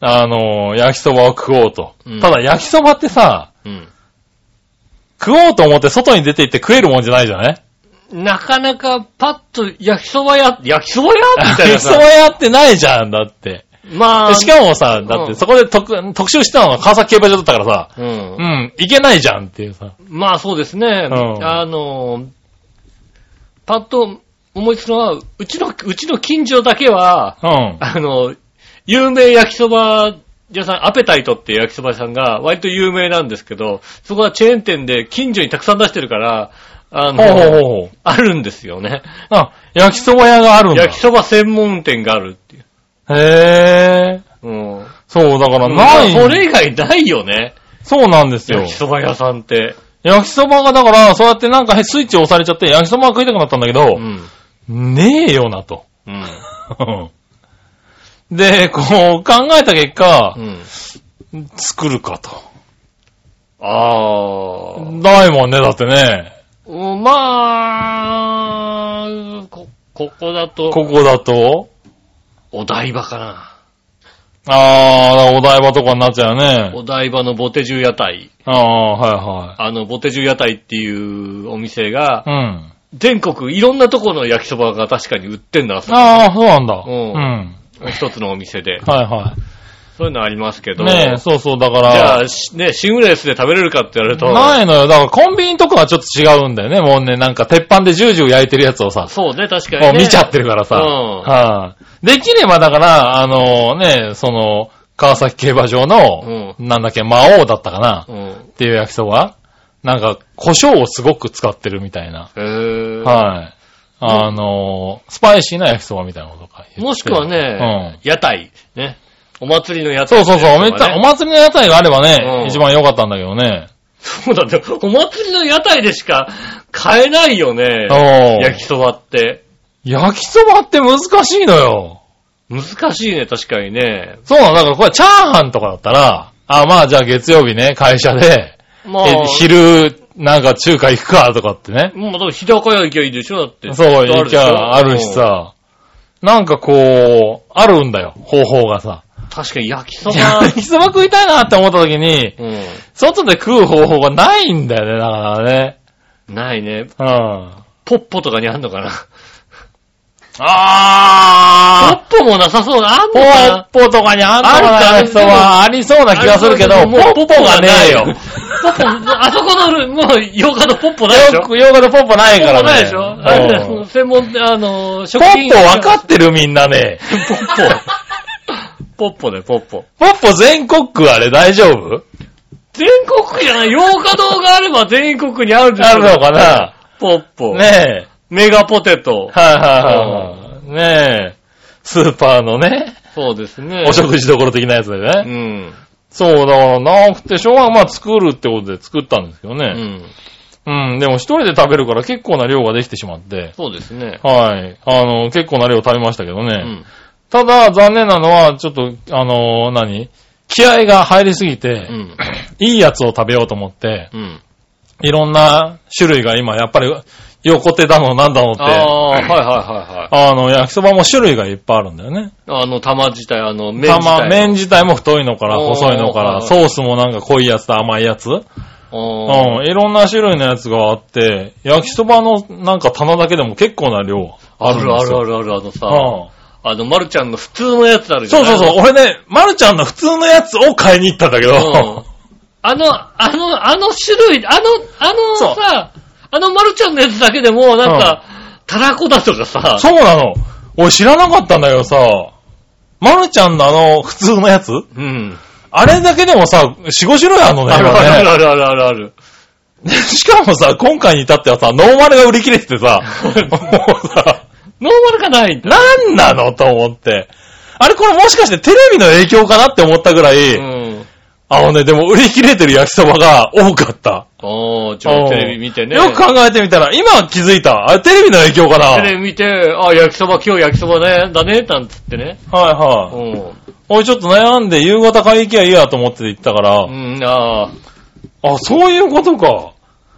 あの、焼きそばを食おうと。
うん
ただ、焼きそばってさ、
うん。
食おうと思って外に出て行って食えるもんじゃないじゃない
なかなかパッと焼きそば屋、焼きそば屋みたい
焼
な
きそ
さ。
ば屋ってないじゃん、だって。
まあ、
でしかもさ、だっ
う
て
ん
そこで特特集したのは川崎競馬場だったからさ、
うん
う。ん、行けないじゃんっていうさ。
まあそうですね。
うん
あの、パッと思いつくのは、うちの、うちの近所だけは、
うん。
あの、有名焼きそば屋さん、アペタイトっていう焼きそば屋さんが割と有名なんですけど、そこはチェーン店で近所にたくさん出してるから、あ
ほうほうほう
の、
ほう。
あるんですよね。
あ、焼きそば屋があるんだ。
焼きそば専門店があるっていう。
へー。
うん。
そう、だからない。
それ以外ないよね。
そうなんですよ
焼き。そば屋さんって。
焼きそばがだから、そうやってなんかスイッチを押されちゃって、焼きそばが食いたくなったんだけ
う
ど、
ん。
ねえよなと。
うん。
で、こう考えた結果
う、ん。
作るかと。
ああ。
ないもんね、だってね。
うんまあ、こ、ここだと、
ここだと。
お台場かな。
あー、お台場とかになっちゃうよ
お
ね。
台場のボテジュ屋台。
あー、は
あの、ボテジュ屋台っていうお店が
い、はい。うん。
全国いろんなとこの焼きそばが確かに売ってんだ、
あー、そうなんだ。
う
うんん。
一つのお店で。
はいは
そういうのありますけ
い。
ど。
ねえ、そうそう、だか
じゃ
ら
あ、。しね、シングレースで食べれるかって言われると。
ないのよ。だからコンビニとかはちょっと違うんだよね。もうね、なんか鉄板でジュージュー焼いてるやつをさ、
そうね、確か
も
に、
う
ね。
見ちゃってるからさ。
うん
はいできればだから、あのね、その、川崎競馬場の、なんだっけ、魔王だったかな、
う
っ
ん。
ていう焼きそばなんか、胡椒をすごく使ってるみたいな。
へー
はい。あのスパイシーな焼きそばみたいなことか。
もしくはね、屋台。ね。お祭りの屋
そ
台、
うそうそう、おめった、お祭りの屋台があればね、
うん
一番良かったんだけどね。
そうだね。お祭りの屋台でしか買えないよね。
お
焼きそばって。
焼きそばって難しいのよ。
難しいね、確かにね。
そうなんだ、からこれチャーハンとかだったら、あ、まあじゃあ月曜日ね、会社で、
まあ、
え昼、なんか中華行くかとかってね。
もう、だから日高屋行きゃいいでしょだって。
そう、
きゃ
行きゃあるし。さ。なんかこう、あるんだよ、方法がさ。
うん確かに焼きそば。
焼きそば食いたいなって思った時に、
う
外で食う方法がないんだよね、だからね。
ん。ないね。
うん。
ポッポとかにあんのかな。
あ
ポッポもなさそうな。あんの
ポ
かな
ッポとかにあんのか
あるか
な
な
焼きそばありそうな気がするけど、
あ
ポ
れもう
ッポがねえよ
ポ。ッポあそこの、もう、8日のポッポないでしょ
よ
ポ
く、ヨーグルトポッポないか
ッ
ら
ポ
ね。
ないでしょあれだよ専門、あの、
ポ
食
ッ
品。
ポ分かってるみんなね。
ポッポ。ポッポだよ、ポッポ。
ポッポ全国区あれ大丈夫
全国じゃない、洋華堂があれば全国にあるでしょ。
あるのかな
ポッポ。
ねえ。
メガポテト。
はいはいはいはい。ねえ。スーパーのね、
そうですね。
お食事どころ的なやつで
う
ね。
ん。
そう、だからなくて、しょうがまあ作るってことで作ったんですけど
う
ね。
ん。
うん、でも一人で食べるから結構な量ができてしまって。
そうですね。
はい。あの、結構な量食べましたけど
う
ね。
ん。
ただ、残念なのは、ちょっと、あの、何気合が入りすぎて、
うん。
いいやつを食べようと思って、
うん。
いろんな種類が今、やっぱり横手だの、なんだのって。
ああ、はいはいはいはい。
あの、焼きそばも種類がいっぱいあるんだよね。
あの、玉自体、あの、麺自体。
玉、麺自体も太いのから
おー
細いのか
は
ら、
い
ソースもなんか濃いやつと甘いやつ。うん。
うん。
いろんな種類のやつがあって、焼きそばのなんか棚だけでも結構な量あ
あ
るん
る
で
あ
す
る
よ。
あるある、あのさ、
うん。
あの、まるちゃんの普通のやつあるじゃ。
そうんそうそう。俺ね、まるちゃんの普通のやつを買いに行ったんだけど、
うんあの、あの、あの種類、あの、あ
そ
の
う
さ、あのまるちゃんのやつだけでも、なんか、たらこだとかさ、
そうなの。俺知らなかったんだけどさ、まるちゃんのあの普通のやつ
うん。
あれだけでもさ、4、5種類あるのね。
ある
今ね
あるあるあるあるある。
で しかもさ、今回に至ってはさ、ノーマルが売り切れて てさ、もうさ、
ノーマルがないんだ。
なんなのと思って。あれこれもしかしてテレビの影響かなって思ったぐらい、
うん。
あのね、でも売り切れてる焼きそばが多かった。
ああ、じゃあテレビ見てね。
よく考えてみたら、今気づいた。あれテレビの影響かな
テレビ見て、あ、焼きそば、今日焼きそばね、だね、なんつってね。
はいはい。
うん。
俺ちょっと悩んで夕方買い行きゃいいやと思って行ったから、
うん、ああ、
あ、そういうことか。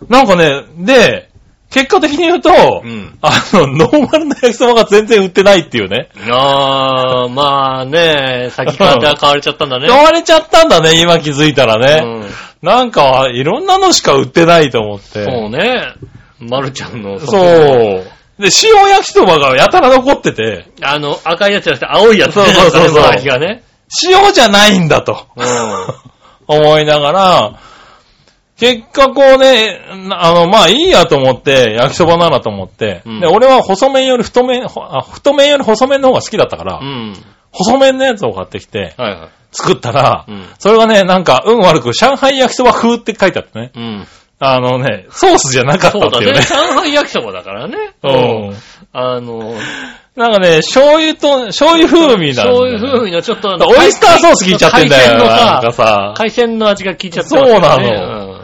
なんかね、で、結果的に言うと、
うん。
あの、ノーマルの焼きそばが全然売ってないっていうね。
ああ、まあね、先から買われちゃったんだね。
買われちゃったんだね、今気づいたらね。
うん
なんか、いろんなのしか売ってないと思っ
そ
て。
うね。まるちゃんの。
そう。で、塩焼きそばがやたら残ってて、
あの、赤いやつじゃなくて青いやつね。
そうそうそうそう
味がね。
塩じゃないんだと。
うん。あ
思いながら、結果こうね、なあの、まあいいやと思って、焼きそばならと思って、
うん
で、俺は細麺より太麺、ほあ太麺より細麺の方が好きだったから、
うん。
細麺のやつを買ってきて、
はいはい。
作ったら、
うん
それがね、なんか、運悪く、上海焼きそば風って書いてあってね、
うん。
あのね、ソースじゃなかっ
そ
た
う
って
だ
いう
ね。
ね。
上海焼きそばだからね。
うん。
あの、
なんかね、醤油と、醤油風味なんだよね
そういう風味のちょっとあの、
オイスターソース効いちゃってんだよ。なんかさ。
海鮮の味が効いちゃって
そうなの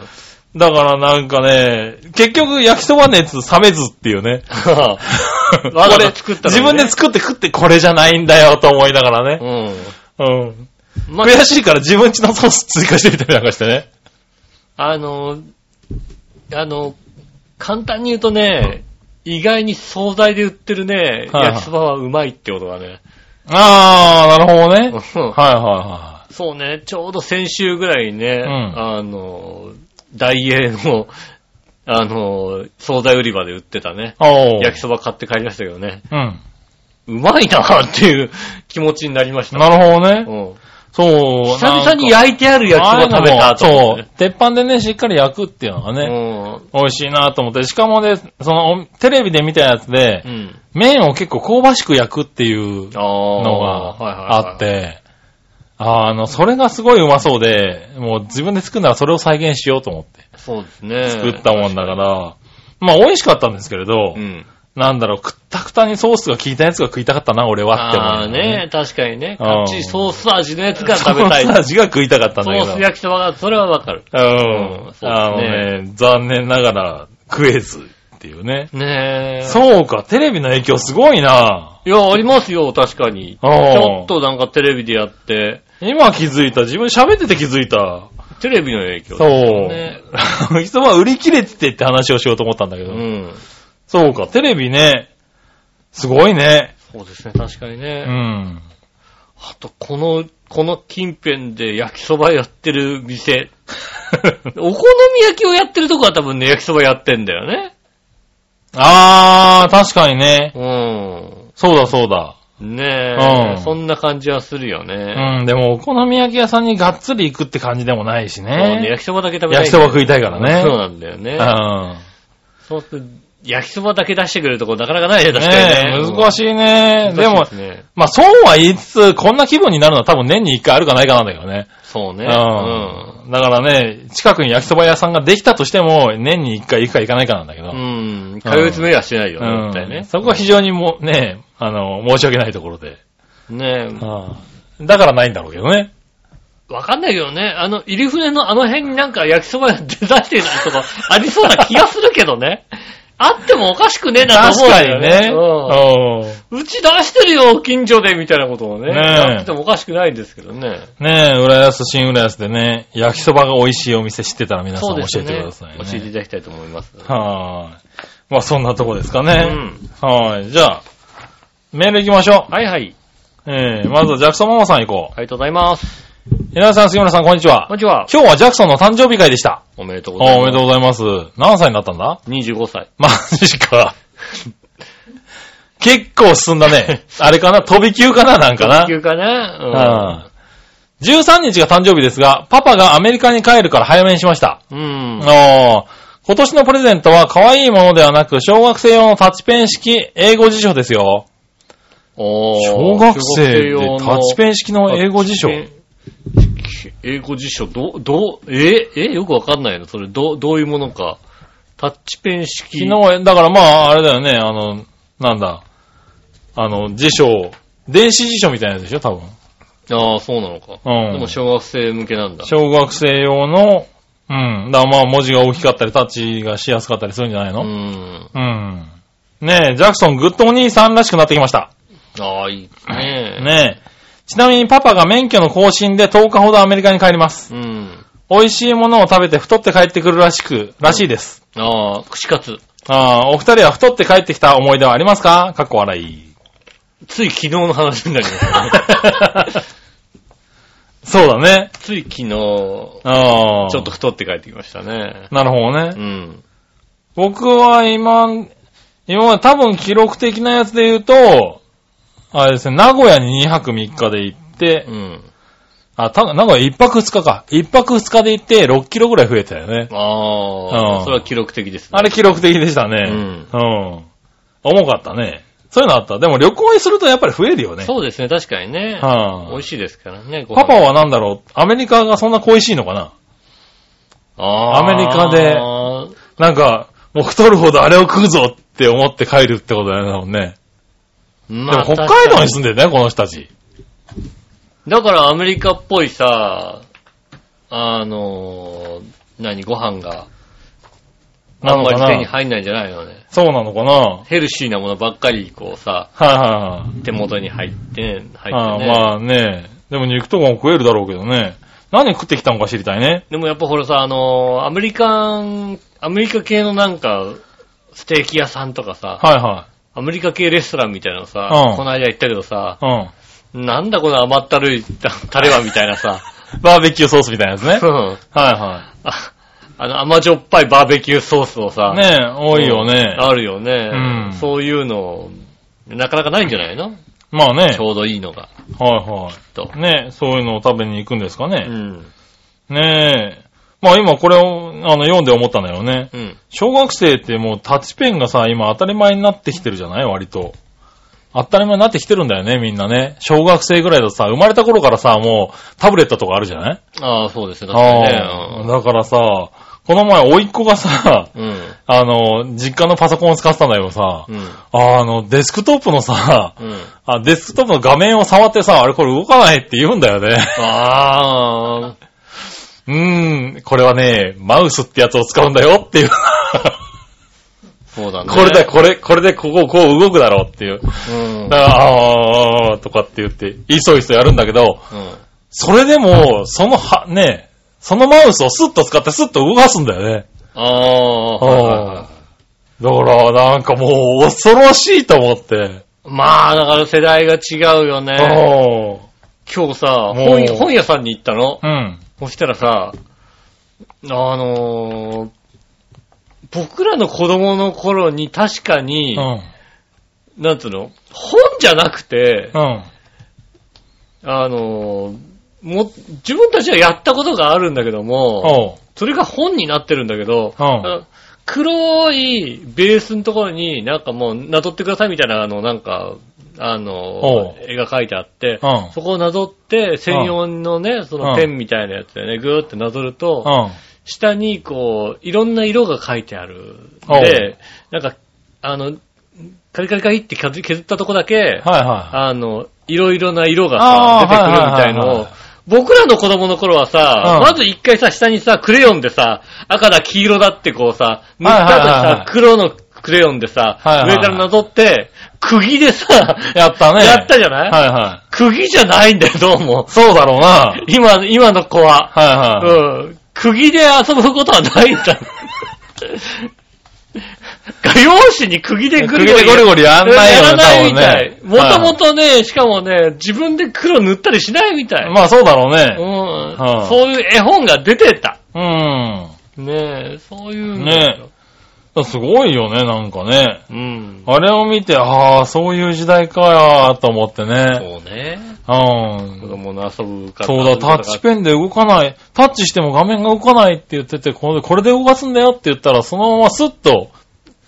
だからなんかね、結局焼きそば熱冷めずっていうね。
うん。わざわざ作ったの
自
にね
分で作って食ってこれじゃないんだよと思いながらね。うん。
うん。まあ
悔、しいから自分ちのソース追加してみたりなんかしてね。
あの、あの、簡単に言うとね、意外に惣菜で売ってるね、
はいはい
焼きそばはうまいってことがね。
あー、なるほどね。
うん
はいは
そうね、ちょうど先週ぐらいにね、
うん
あの、ダイエーの、あの、惣菜売り場で売ってたね、
いはい。おー
焼きそば買って帰りましたけどね、
うん。
うまいなっていう 気持ちになりました。
なるほどね。
うん
そう。
久々に
焼
焼いてある焼きそば食べたと思っ
そ
て
う。鉄板でね、しっかり焼くっていうのがね、
ね。
美味しいなと思って。しかもね、その、テレビで見たやつで
うん。う、ん。
麺を結構香ばしく焼くっていう
ああ。
の
はいはいはい
があっ。て、あの、それがすごいうまそうで、もう自分で作るならそれを再現しようと思って
そうですね。
作ったもんだから、まあ美味しかったんですけれど
う、ん。
なんだろう、くったくたにソースが効いたやつが食いたかったな、俺はって思う。
ああね、確かにね。
うん
かっちりソース味のやつが
ソ
食べたい。
ース味が食いたかったん
ソ
だけど。
ース焼きそばが、それはわかる。
うん
う。んそうですね
あのね、残念ながら食えずっていうね。
ねえ。
そうか、テレビの影響すごいない
や、ありますよ、確かに。ち
うん
ょっとなんかテレビでやって、
今気づいた、自分喋ってて気づいた。
テレビの影響。。
そうう。
ね
焼きそば売り切れててって話をしようと思ったんだけど。
ん。
そうか、テレビね。すごいね。
そうですね、確かに
う
ね。
ん。
あと、この、この近辺で焼きそばやってる 店。お好み焼きをやってるとこは多分ね、焼きそばやってんだよね。
あー、確かにね。
う
そうだそうだ。
ん。ねえ、
うん
そんな感じはするよ
う
ね。
ん、でもお好み焼き屋さんにがっつり行くって感じでもないし
そうね、
ね。
焼きそばだけ食べたい。
焼きそば食いたいからね。
そうなんだよね。そうすると焼きそばだけ出してくれるとこなかなかないね、
うん。
確か
ね
に
え
ね。
難しいね。でも
難し、いすね
まあそうは言いつつ、こんな気分になるのは多分年に一回あるかないかなんだけどね。
そうね。
うん。だからね、近くに焼きそば屋さんができたとしても、年に一回行くか行かないかなんだけど。
うん。うん。通い詰めはしないよね、
うん
絶対ね。
そこは非常にもうね、あの、申し訳ないところで。
ねえ
だからないんだろうけどね。
わかんないけどね。あの、入船のあの辺になんか焼きそば屋出さしてるとこありそうな気がするけどね。あってもおかしくねえなと
確
思うん
か
だよ
に
ね。
ね。
うんうち出してるよ、近所で、みたいなことをね。
ねえ
やっててもおかしくないんですけどね。
うんねえ、浦安、新浦安でね、焼きそばが美味しいお店知ってたら皆さ
そう
ん教
です
えて
ね。
くだ
教
さいね。
えていただきたいと思います。
はーい。まあそんなとこですか
う
ね。
ん。
はい。じゃあ、メール行きましょ
はいはい。
う。えー、まずはジャクソンママさん行こ
ありがとうございます。
う。皆さん、杉村さん、こんにちは
こん。にちは。
今日はジャクソンの誕生日会でした。
おめでとうござ
あ
い
お
ます。
めでとうございます。何歳になったんだ
25歳。
マジか。結構進んだね。あれかな飛び級かななんかな
9かな
うん13日が誕生日ですが、パパがアメリカに帰るから早めにしました。
うん。うん。
おー今年のプレゼントは可愛いものではなく、小学生用のタッチペン式英語辞書ですよ。
おー
小学生でタッチペン式の英語辞書。
英語辞書、どう、どう、ええよくわかんないのそれ、どう、どういうものか。タッチペン式。
昨日、だからまあ、あれだよね、あの、なんだ、あの、辞書、電子辞書みたいなやつでしょ、多分。
ああ、そうなのか。
うん
でも小学生向けなんだ。
小学生用の、うん。だからまあ文字が大きかったり、タッチがしやすかったりするんじゃないうの
ん。
うん。ねえ、ジャクソン、グッドお兄さんらしくなってきました。
ああ、いいね。。
ねえ。ちなみにパパが免許の更新で10日ほどアメリカに帰ります。
うん。
美味しいものを食べて太って帰ってくるらしく、らしいです。
ああ、串カツ。
ああ、お二人は太って帰ってきた思い出はありますかかっこ笑 い。
つい昨日の話になり ます、ね。
そうだね。
つい昨日、ちょ
ああ。
っと。太って帰ってきましたね。
なるほどね
う。ん。
僕は今、今まで多分記録的なやつで言うと、あれですね、名古屋に2泊3日で行って
う、ん。
あ、た名古屋1泊2日か。1泊2日で行って6キロぐらい増えたよね。
あ
う
あ、
ん
それは記録的ですね。
あれ記録的でしたね。
うん
うん。重かったね。そういうのあった。でも旅行にするとやっぱり増えるよね。
そうですね、確かにね。
はあ
美味しいですからね、ご飯
パパはなんだろう、アメリカがそんな恋しいのかな
あー
アメリカでなんか、もう太るほどあれを食うぞって思って帰るってことだよね多分ね。で
ま
も
あ、
北海道に
確か
住んでるね、この人たち。
にだからアメリカっぽいさ、あのー、何、ご飯が、あ
なんの
ま
か
り
な
手に入んないんじゃないのね。
そうなのかなはい
ヘルシーなものばっかり、こうさ、
はいはい。
手元に入って、入ってね。
ああまあね。でも肉とかも食えるだろうけどね。何食ってきたのか知りたいね。
でもやっぱほらさ、あのーアメリカン、アメリカ系のなんか、ステーキ屋さんとかさ、
はいは
アメリカ系レストランみたいなのさ、
うん
この間行ったけどさ、
い。
なんだこの甘ったるい タレはみたいな さ、
うん。バーベキューソースみたいなやつね。は
う
い
ん
は
ああの甘じょっぱいバーベキューソースをさ、
い。ねえ、多いよね。
あるよね、
うん
そういうの、なかなかないんじゃないの
まあね。
ちょうどいいのが、
はいは
と。
い。ね、そういうのを食べに行くんですか
う
ね。
ん。
ねえ。まあ今これを、あの、読んで思ったんだよね。
うん。
小学生ってもうタッチペンがさ、今当たり前になってきてるじゃない割と。当たり前になってきてるんだよね、みんなね。小学生ぐらいだとさ、生まれた頃からさ、もうタブレットとかあるじゃない
ああ、そうですね。確かに
ああ。
ね。
だからさ、この前、甥いっ子がさ、
うん。うん
あの、実家のパソコンを使ってたんだけどさ、
うん。
あの、デスクトップのさ、
うん。
あ、デスクトップの画面を触ってさ、あれこれ動かないって言うんだよね。
ああ、
うーん、これはね、マウスってやつを使うんだよっていう。
そうだね。
これだ、これ、これでここ、こう動くだろうっていう。
うん
だか。ら、あーとかって言って、いそいそやるんだけど、
うん。
それでも、そのは、ね、そのマウスをスッと使ってスッと動かすんだよね。
ああ、はいはいはい
だから、なんかもう、恐ろしいと思って。
まあ、だから世代が違うよね。
おー
今日さ、
もう
本本屋さんに行ったの。
うん。
そしたらさ、あのー僕らの子供の頃に確かに、
うん。
なんつうの、本じゃなくて、
うん。
あのーも、自分たちはやったことがあるんだけども、
おう。
それが本になってるんだけど、
うん
あの黒いベースのところになんかもうなぞってくださいみたいな、あの、なんか、あの
おう
ー、絵が描いてあって、
うん
そこをなぞって、専用のね、その
うん
ペンみたいなやつでね、ぐーってなぞると、
うん。
下にこう、いろんな色が書いてある。
おう
で、なんか、あの、カリカリカリって削削ったとこだけ、
はいは
あの、いろいろな色がさ、
あー
出てくるみたい
はいはい
の
はい
を
はい、
僕らの子供の頃はさ、
うん
まず一回さ、下にさ、クレヨンでさ、赤だ、黄色だってこうさ、塗った後に
はいはいはいは
さ
い、
黒のクレヨンでさ
はいは、いは
上
い
からなぞって、釘でさ、
い。やったね。
やったじゃない
はいは
釘じゃないんだよ、どうも
い。。そうだろうな。
今、今の子は。
はいはい。
うん。釘で遊ぶことはないんだ。ガ美容師に釘でゴリゴリ。
釘でゴリゴリやんないよね
やらないみたい。
多
も
分ね
ともとね、しかもね、自分で黒塗ったりしないみたい。
まあそうだろうね。
う
は
ん。
い
そういう絵本が出てた。
うん。
ねえ、そういうの。
ねすごいよね、なんかね。
うん。
あれを見て、ああ、そういう時代か、と思ってね。
そうね。
うん
子。供の遊ぶ方
そうだ、タッチペンで動かない。タッチしても画面が動かないって言ってて、これこれで動かすんだよって言ったら、そのままスッと、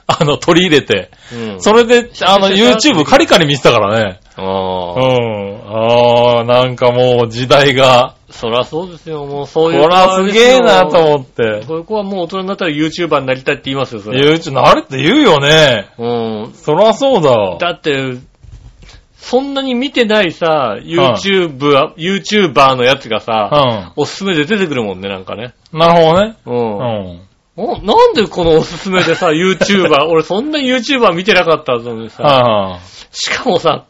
あの、取り入れて、
うん。
それで、あの、
シャシャシャ
YouTube カリカリ見てたからね。う
ああ。
ん。ああ、なんかもう時代が、
そらそうですよ、もうそ
こ
ういう。
らすげえなと思って。
こういう子はもう大人になったら YouTuber になりたいって言いますよ、それ。
YouTube、あれって言うよね。
うん。
そらそうだ。
だって、そんなに見てないさ、YouTube、YouTuber のやつがさ、
う
おすすめで出てくるもんね、なんかね。
ん。なるほどね。
うん。
うん。
おなんでこのおすすめでさ、YouTuber、俺 そんな YouTuber 見てなかったのにさ、
は
しかもさ、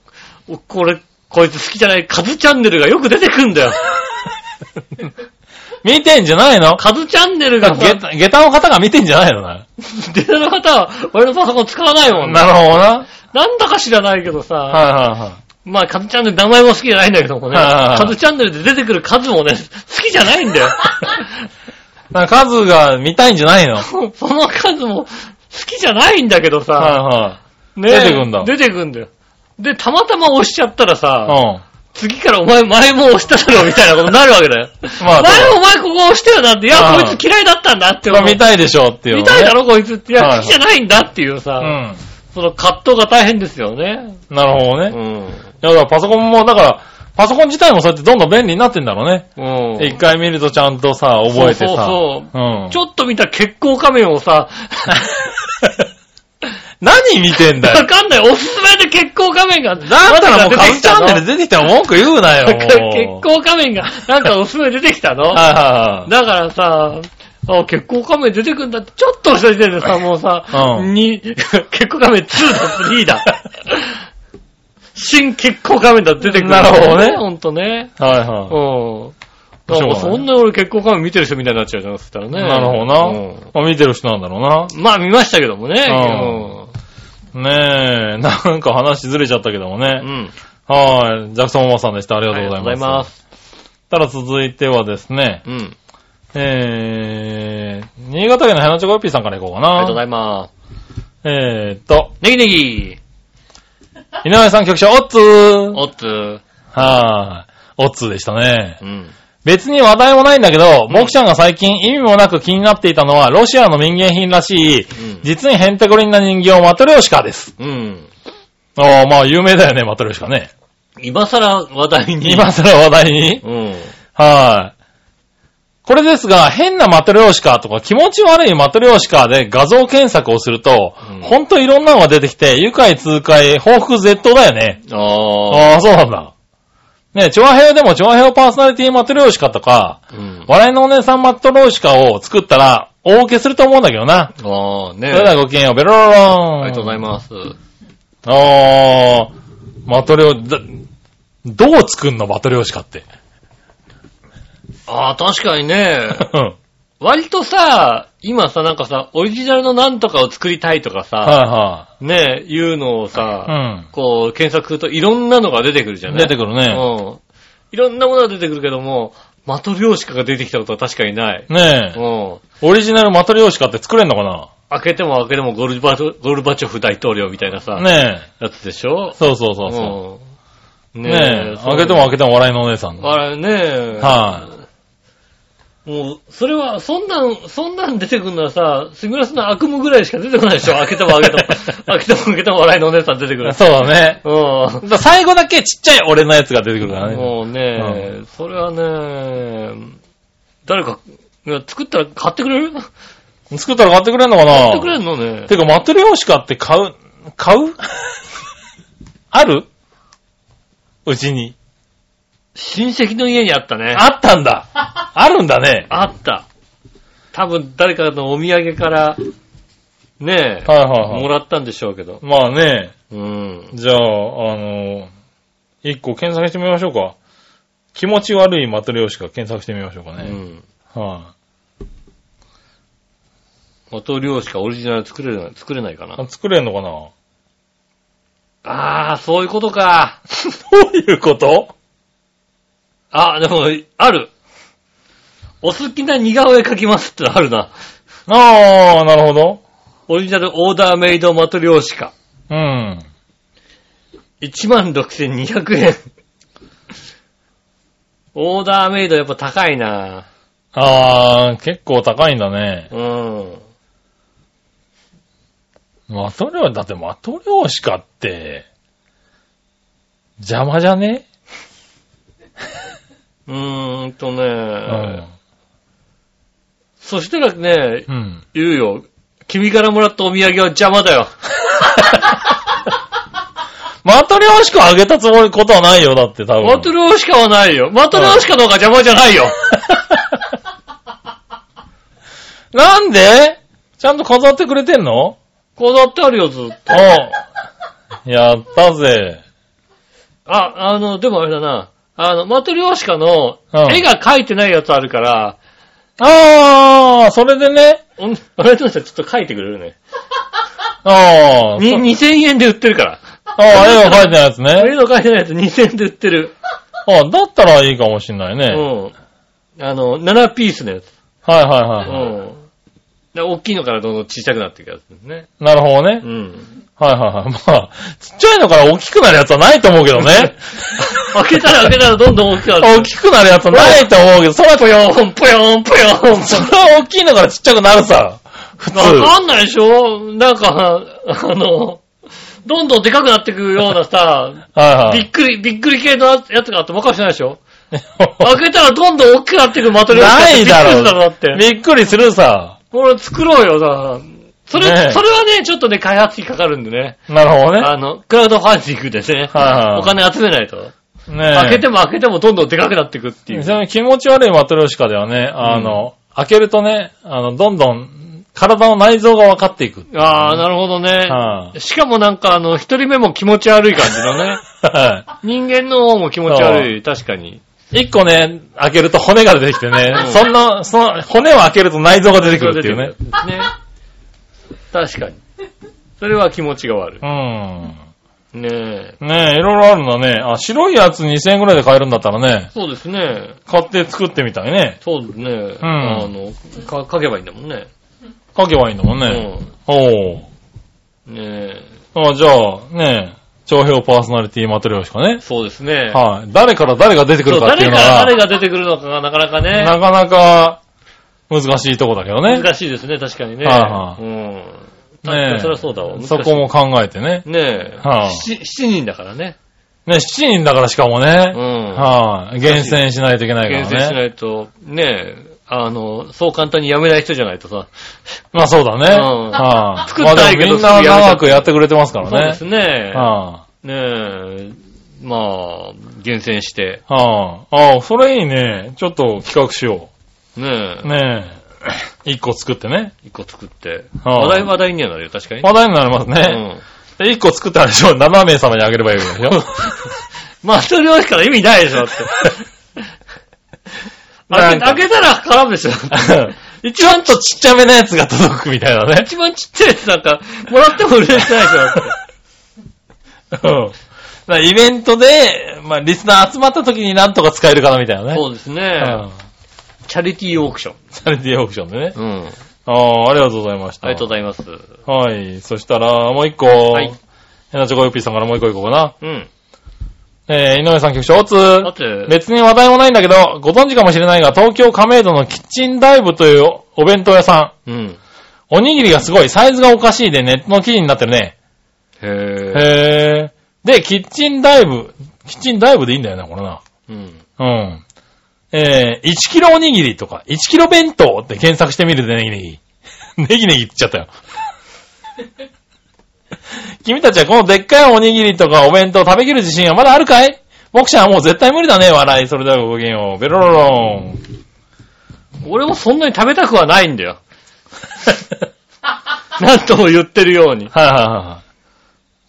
おこれ、こいつ好きじゃないカズチャンネルがよく出てくんだよ。
い。見てんじゃないの
カズチャンネルが
下
さ
駄下駄の方が見てんじゃないのな。
出てる方は、俺のパソコン使わないもんね
なるほどな。はい
なんだか知らないけどさ、
はいはい。
まあ、カズチャンネル、名前も好きじゃないんだけどもね。
はいはいはい
カズチャンネルで出てくる数もね、好きじゃないん だよ。
なんか数が見たいんじゃないのはい
その数も好きじゃないんだけどさ。
は
ね
出てくんだ
出てくんだよ。で、たまたま押しちゃったら
い。
さ、
うん。
次からお前前も押しただろみたいなことになるわけだよ。
まあ
前お前ここ押したよなって、いや、
あ
こ
あ
いつ嫌いだったんだって
そ
思
れ
う。
見たいでしょうっていう、
見たいだろこいつって。い
はい
や、
は
好
い
きじゃないんだっていうさ、
う
その葛藤が大変ですよね。
ん。なるほど
う
ね。
ん。
いや、だからパソコンも、だから、パソコン自体もそうやってどんどん便利になってんだろうね。
うん。
一回見るとちゃんとさ、覚えて
そう
さ。
そうそう
うん。
ちょっと見た結構仮面を さ、
何見てんだ
わ
よ。
かんない。おすすめで結構画面が。だっ
だったらもうカズ
ズ
チャンネル出てきたら文句言うなよ、もう。
結構画面が、なんかおすすめ出てきたのだ
はいはいはい。
からさ、あ、結構画面出てくんだって、ちょっと押した時点でさ、もうさ、
うん
に 結構画面2だ、3だ。新結構画面だ、出てくる。
なるほどね
ほんとね。
はいは
うん。
い。しょうが
なん
な
か
い
そんな俺結構画面見てる人みたいになっちゃうじゃん、そしたらね。
なるほどな。まあ見てる人なんだろうな。
うんまあ見ましたけどもね。
ねえ、なんか話ずれちゃったけども
うん。う
ね。
ん。
はい。ジャクソンおばさんでした。あり
あ
がとうございます。
りがとうございます。
ただ続いてはですね、
うん。あり
えー、新潟県のヘナチョコヨッピーさんからいこうかな。
がとうございます。
えーっと、
ネギネギ
井上さん局長、おっつー
おっつー。
はーい。おっつーでしたね。
うん。
別に話題もないんだけど、僕ちゃんが最近意味もなく気になっていたのは、ロシアの民芸品らしい、
ん
実にヘンテコリンな人形マトリョーシカです。
うん。
ああ、まあ有名だよね、マトリョーシカね。
今更話題に。
今更話題に
うん。
はい。これですが、変なマトリョーシカとか気持ち悪いマトリョーシカで画像検索をすると、
うん
ほんといろんなのが出てきて、愉快痛快、報復絶倒だよね。
ああ。
ああ、そうなんだ。ねえ、チョアヘヨでもチョアヘヨパーソナリティマトリョーシカとか、
うん。
笑いのお姉さんマトリョーシカを作ったら、大受けすると思うんだけどな。
ああ、ね
それではごきげんよう、ベロロロン。
ありがとうござい
ま
ます。
す。ああ、マトリョー、だどう作んの、マトリョーシカって。
あ あ、確かに ね。
うん
割とさ、今さ、なんかさ、オリジナルのなんとかを作りたいとかさ、
は
ね、いうのを
いは
さ、
い。うん。
こう、検索するといろんなのが出てくるじゃない
出てくるね。
うん。いろんなものが出てくるけども、マトリョーシカが出てきたことは確かにない。
ね
う
え。
ん。
オリジナルマトリョーシカって作れんのか
開けても開けてもゴルバチョゴルバチョフ大統領みたいなさ、
なねえ。
やつでしょ
そうそうそうそ
うん。
う。
ね
ねえ。
え。
開けても開けても笑いのお姉さん。
あれねえ。。
はい
もう、それは、そんなん、そんなん出てくるのはさ、すみませんの悪夢ぐらいしか出てこないでしょ開けても開けても。開けても開けても笑いのお姉さん出てく る。
そうだね。
う
だ最後だけちっちゃい俺のやつが出てくるから
ん。
ね。
もうね、それはね、誰か、いや作ったら買ってくれる買っ
作ったら買ってくれんのかな
てくれるのね。
てか、マトリョーシカって買う、買う あるうちに。
親戚の家にあったね。
あったんだ。あるんだね。
あった。多分誰かのお土産から、ねえ、
はいはい
も
はい。
らったんでしょうけど。
まあね、
うん。
じゃあ、あの、一個検索してみましょうか。気持ち悪いマトリョーシカ検索してみましょうか
う
ね。
ん。
は
音量しかオリジナル作れない、作れないかな。
あ作れんのかな
ああ、そういうことか。
どういうこと
あ、でも、ある。お好きな似顔絵描きますってのあるな。
ああ、なるほど。
オリジナルオーダーメイドマトリョーシカ。
うん。
16,200円。オーダーメイドやっぱ高いな
ああ、結構高いんだね。
うん。
マトリョだってマトリョーシカって、邪魔じゃね、
うーんとね、
うん。
そしたらね、
うん。
言うよ。君からもらったお土産は邪魔だよ。
マトリョーシカあげたつもりことはないよ、だって多分。
マトリョーシカはないよ。マトリョーシカの方が邪魔じゃないよ。
なんでちゃんと飾ってくれてんの
飾ってあるよ、ずっと。
お やったぜ。
あ、あの、でもあれだな。あの、マトリョーシカの
うん
絵が描いてないやつあるから、
あー、それでね。
おん、あれどうしたらちょっと描いてくれるね。
あー。
に
そ
2000円で売ってるから。
あー、絵が描いてないやつ
絵
ね。
の描いてないやつ2000円で売ってる。
あーだったらいいかもしんないね。
うん。あの、7ピースのやつ。
はいうはいはい。
ん。で大きいのからどんどん小さくなっていくやつですね。
なるほどね
う。ん。
はいはいはい。まあ、ちっちゃいのから大きくなるやつはないと思うけどね。
開けたら開けたらどんどん大きくなる。
大きくなるやつはないと思うけど、それは
ぽよーん、ぽよーん、ぽよーん。
それは大きいのからちっちゃくなるさ。普通。
わかんないでしょなんか、あの、どんどんでかくなっていくようなさ、
はいは
びっ
い。
くり、びっくり系のやつがあってもおかしくないでしょ開けたらどんどん大きくなっていくマトリョーシカ
な
びっくり
いだろ
するだろだって。
びっくりするさ。
これ作ろうよ、だから。それ、
ねえ
それはね、ちょっとね、開発費かかるんでね。
なるほどね。
あの、クラウドファンディングでね、
はいはい
お金集めないと。
ねえ
開けても開けてもどんどんでかくなっていくっていう。
ちなみに気持ち悪いマトリョーシカではね、あの、開けるとね、あの、どんどん体の内臓が分かっていく。
ああ、なるほどね。
はい
しかもなんかあの、一人目も気持ち悪い感じの ね。
は
人間の方も気持ち悪い、確かに。
い一個ね、開けると骨が出てきて
う
ね
ん、
そんな、その、骨を開けると内臓が出てくるっていうね。
ね。確かに。それは気持ちが悪
う
い。ねえ。
ん。ねえ、いろいろあるんだね。あ、白いやつ2000円くらいで買えるんだったらね、
そうですね。
買って作ってみたいね。
そうですね。あの、か、書けばいいんだもんね。
書けばいいんだもんね。おう
うん。ねえ。
あ、じゃあ、ねえ、長編パーソナリティマトリョーシカね。
そうですね。
はい。誰から誰が出てく
そ
る
う
かって
誰
いう
か
のは。
誰が出てくるのかがなかなかね。
なかなか難しいとこだけどね。
難しいですね、確かにね。
は
うん。確か
ね
にそりゃそうだわ。難しい
そこも考えてね。
ねえ、
はあ
七七人だからね。
ね、7人だからしかも
う
ね、
ん。
はい、厳選しないといけない
厳
か
選し
らね。
ないと、ねえ、あの、そう簡単に辞めない人じゃないとさ。
まあそうだね。
うん
はい
作
ま
っ
あ
たいけ
で
ど
もみんな長くやってくれてますか
そうで
ら
す
ね。
ね。
は
ねえ、まあ、厳選して、
いはいああ、それいいね。ちょっと企画しよ
ね
う。
え、
ねえ。1個作ってね。
一個作って、
はあ
話題話題にはなるよ、確かに。
話題になります
う
ね。
ん。
で、1個作ったらでしょ、7名様にあげればいいわけで しょ。
まあ、それはから意味ないでしょ、だって。開け
なんか
開けたら絡むでしょ。
一番とちっちゃめなやつが届 くみたいなね。
一番ちっちゃいやつなんか、もらっても嬉しくない でしょだって。
うん。まあ、イベントで、まあ、リスナー集まった時になんとか使えるかなみたいなね。
そうですね。
ん。
チャリティーオークション。
チャリティーオークションでね。
うん。
ああ、ありがとうございました。
ありがとうございます。
うはい。そしたら、もう一個。
い
ヘナチョコヨッピーさんからもう一個いこうかな。
うん。
えー、井上さん局長、おつ
だって、
別に話題もないんだけど、ご存知かもしれないが、東京亀戸のキッチンダイブというお弁当屋さん。
うん。
おにぎりがすごい、サイズがおかしいでネットの記事になってるね。
へぇ
へー。で、キッチンダイブ。キッチンダイブでいいんだよな、これな。
うん。
うん。えー、1キロおにぎりとか、1キロ弁当って検索してみるで、ネギネギ。 ネギネギ言っちゃったよ。 君たちはこのでっかいおにぎりとかお弁当食べきる自信はまだあるかい僕ちゃんはもう絶対無理だね、笑い。それではごきげんよう。ベロロロン。
俺もそんなに食べたくはないんだよ。 なんとも言ってるように。
はいはいは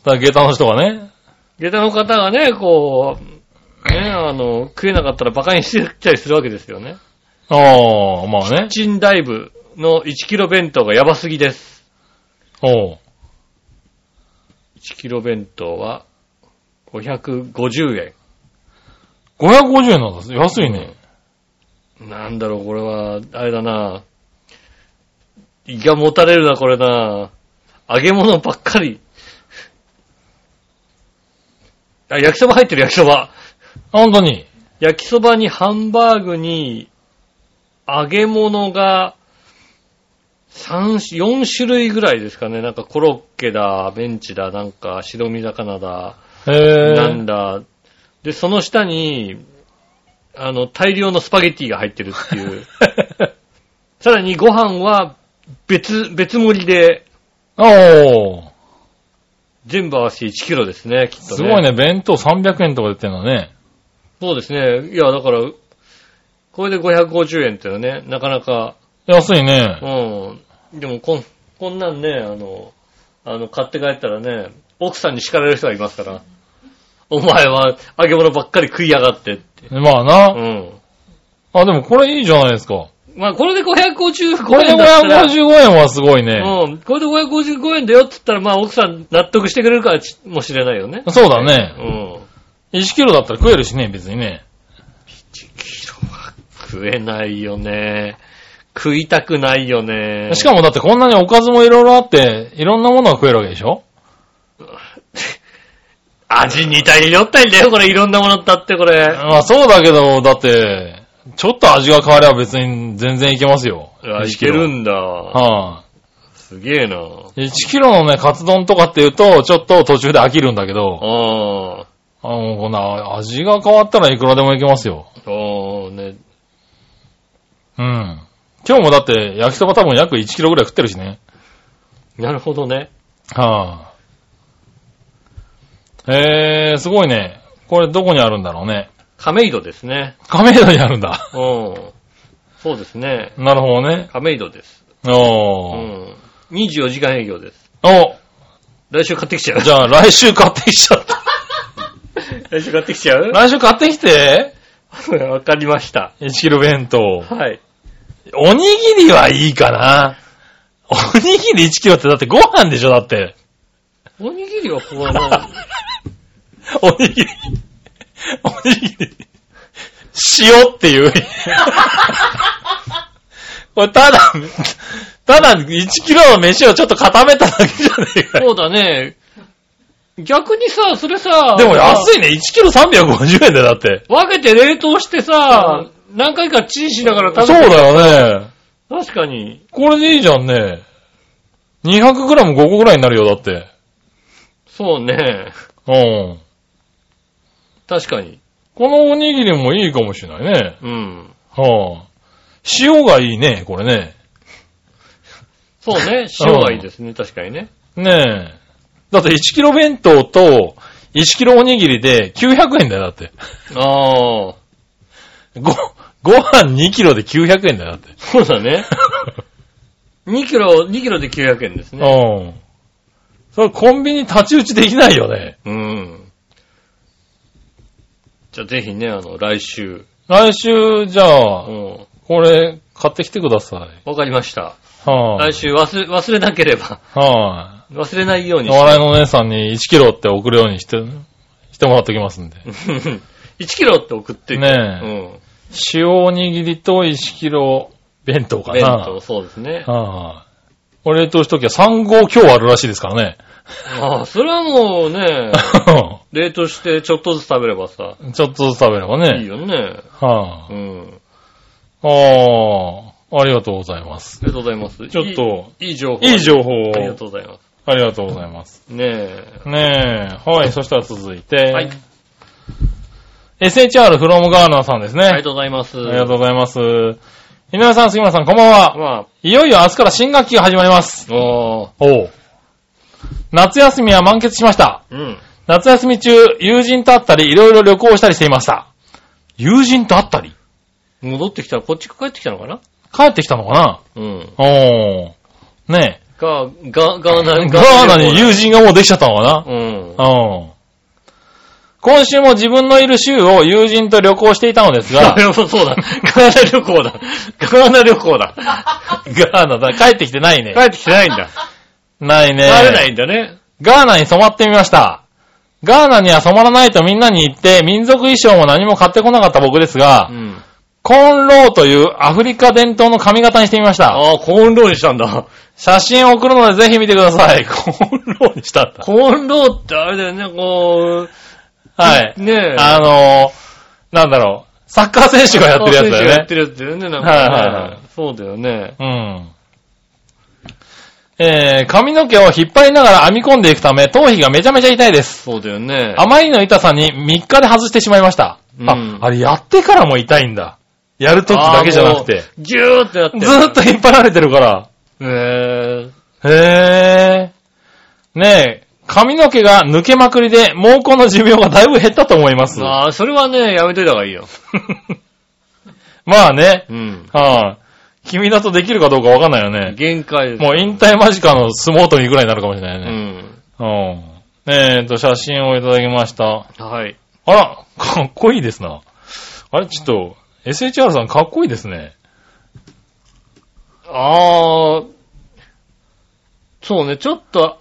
い。ただ、下駄の人がね。
下駄の方がね、こう、ね、あの、食えなかったら馬鹿にしてきたりするわけですよね。
ああ、まあ
キ
ね
ッ。チンダイブ。の1キロ弁当がやばすぎです。
おう。
1キロ弁当は550円。
550円なんだ。安いね。
なんだろう、これは、あれだな胃がもたれるな、これな揚げ物ばっかり。あ、焼きそば入ってる、焼きそば。
あ本当に。
焼きそばにハンバーグに、揚げ物が、三種、4種類ぐらいですかね。なんかコロッケだ、ベンチだ、なんか白身魚だ、
へ
なん
ぇ
だ。で、その下に、あの、大量のスパゲティが入ってるって いう。
ー。
さらにご飯は別、別盛りで、
おー。
全部合わせて1キロですね、きっとね。
すごい。ね、弁当300円とか出てんのね。
そうですね。いや、だから、これで550円っていうのはね、なかなか、
安いね。
うん。でもこん、こんなんね、あの、あの、買って帰ったらね、奥さんに叱られる人がいますから、お前は揚げ物ばっかり食いやがってって。
まあ
う
な。
ん。
あ、でもこれいいじゃないですか。
まあ、これで555
これで
円だったら、
555円はすごいね。
うん。これで555円だよって言ったら、まあ、奥さん納得してくれるかもしれないよね。
そうだね。
うん。
1キロだったら食えるしね、別にね。
1キロは食えないよね。食いたくないよね。
しかもだってこんなにおかずもいろいろあって、いろんなものが食えるわけでしょ
味似たり寄ったりだよ、これ。いろんなものだって、これ。
まあそうだけど、だって、ちょっと味が変われば別に全然いけますよ。
あ、い
1
け
キロ
るんだ。
は
すげえな。
い、1キロのね、カツ丼とかって言うと、ちょっと途中で飽きるんだけど、
ああ。
あの、こんな味が変わったらいくらでもいけますよ。
そうね。
うん。今日もだって焼きそば多分約1キロぐらい食ってるしね。
なるほどね。
はぁ、えー、すごいね。これどこにあるんだろうね。
亀戸ですね。
亀戸にあるん だ。
うん。そうですね。
なるほどね。
亀戸です。う
おー。
ん。24時間営業です。
お
来週買ってきちゃう
じ。ゃあ来週買ってきち ゃった。
来週買ってきちゃ う
来週買ってきて。
わかりました。
1キロ弁当。
はい。
おにぎりはいいかな。おにぎり1キロってだってご飯でしょだって。
おにぎりはこうな。
おにぎり。おにぎり。塩っていう。これただ、ただ1キロの飯をちょっと固めただけじゃねえかよ。
そうだね。逆にさ、それさ、
でも
い。
安いね。1キロ350円だよ、だって。
分けて冷凍してさ、何回かチンしながら
そう
食べて。
だよね。
確かに。
これでいいじゃんね。200g5 個ぐらいになるよ、だって。
そうね。
うん。
確かに。
このおにぎりもいいかもしれないね。
うん。
はあ。塩がいいね、これね。
そうね。塩がいいですね。確かにね。
ねえ。だって1キロ弁当と1キロおにぎりで900円だよ、だって。
ああ。
ご、ご飯2キロで900円だよ、だって。
そうだ ね。2キロ、2キロで900円ですね。
うん。それコンビニ立ち打ちできないよね。
うん。じゃあぜひね、あの、来週。
来週、じゃ
う
あ、
ん。
これ、買ってきてください。
わかりました。
は
来
い、
週忘れ、忘れなければ。
は
忘れないよう
い、
に
お
して。
笑いのお姉さんに1キロって送るようにして、してもらってきますんで。
1キロって送って
ねえ
え。
塩おにぎりと1キロ弁当
う
か
ん。
な。
弁当、そうですね。
はい、これ冷凍しときゃ3号今日あるらしいですから ね。
ああ、それはもう ね、冷凍してちょっとずつ食べればさ、
ちょっとずつ食べればね。
いいよね。
は
う
い、
ん。
あ。ああ、ありがとうございます。
ありがとうございます。
ちょっと
いい、いい情報。
いい情報を
ありがとうございます。
ありがとうございます。
ねえ。
ねえ。はい、そしたら続いて。
はい。
SHR from ガーナさんですね。
ありがとうございます。
ありがとうございます。井上さん、杉村さん、こんばんは。
ま
いよいよ明日から新学期が始まります。
あ、おー
おう。夏休みは満喫しました。
うん。
夏休み中、友人と会ったり、いろいろ旅行したりしていました。友人と会ったり
戻ってきたら、こっち帰ってきたのかな
帰ってきたのか
うん。
なおー。ねえ。
が、が、ガーナ
ガーナに
う。
友人がもうできちゃったのかな
うん。
うん。今週も自分のいる州を友人と旅行していたのです
あ
が、
れもそうだ。ガーナ旅行だ。ガーナ旅行だ。
ガーナだ。 帰ってきてないね
帰。ってきてないんだ。
ないね。
帰れないんだね。
ガーナに染まってみました。ガーナには染まらないとみんなに言って、民族衣装も何も買ってこなかった僕ですが、
うん。
コーンローというアフリカ伝統の髪型にしてみました。
ああ、コーンローにしたんだ。
写真を送るのでぜひ見てください。 コーンローにしたんだ。
コーンローってあれだよね、こう。
はい。
ねえ。
あのー、なんだろう、サッカー選手がやってるや
選手
つだ
がや
よ
っ
ね
て。るやつだよね、なんか、
はいはいはい
そうだよね。
うん。えー、髪の毛を引っ張りながら編み込んでいくため、頭皮がめちゃめちゃ痛いです。
そうだよね。
あまりの痛さに3日で外してしまいました。
うん
あ、あれやってからも痛いんだ。やるときだけじゃなく
あ
て
ー。。もうギューってなってる。
ずーっと引っ張られてるから。
へ
へー。ねえ、髪の毛が抜けまくりで、毛根の寿命がだいぶ減ったと思います
ぇ。。ああ、それはね、やめといた方がいいよ。
まあね、
うん。
はい、君だとできるかどうかわかんないよね。
限界です。
もう引退間近の相撲取りぐらいになるかもしれないうね。
ん。
うん。えーと、写真をいただきました。
はい。
あら、かっこいいですな。あれ、ちょっと、SHR さんかっこいいですね。
ああ、そうね、ちょっと、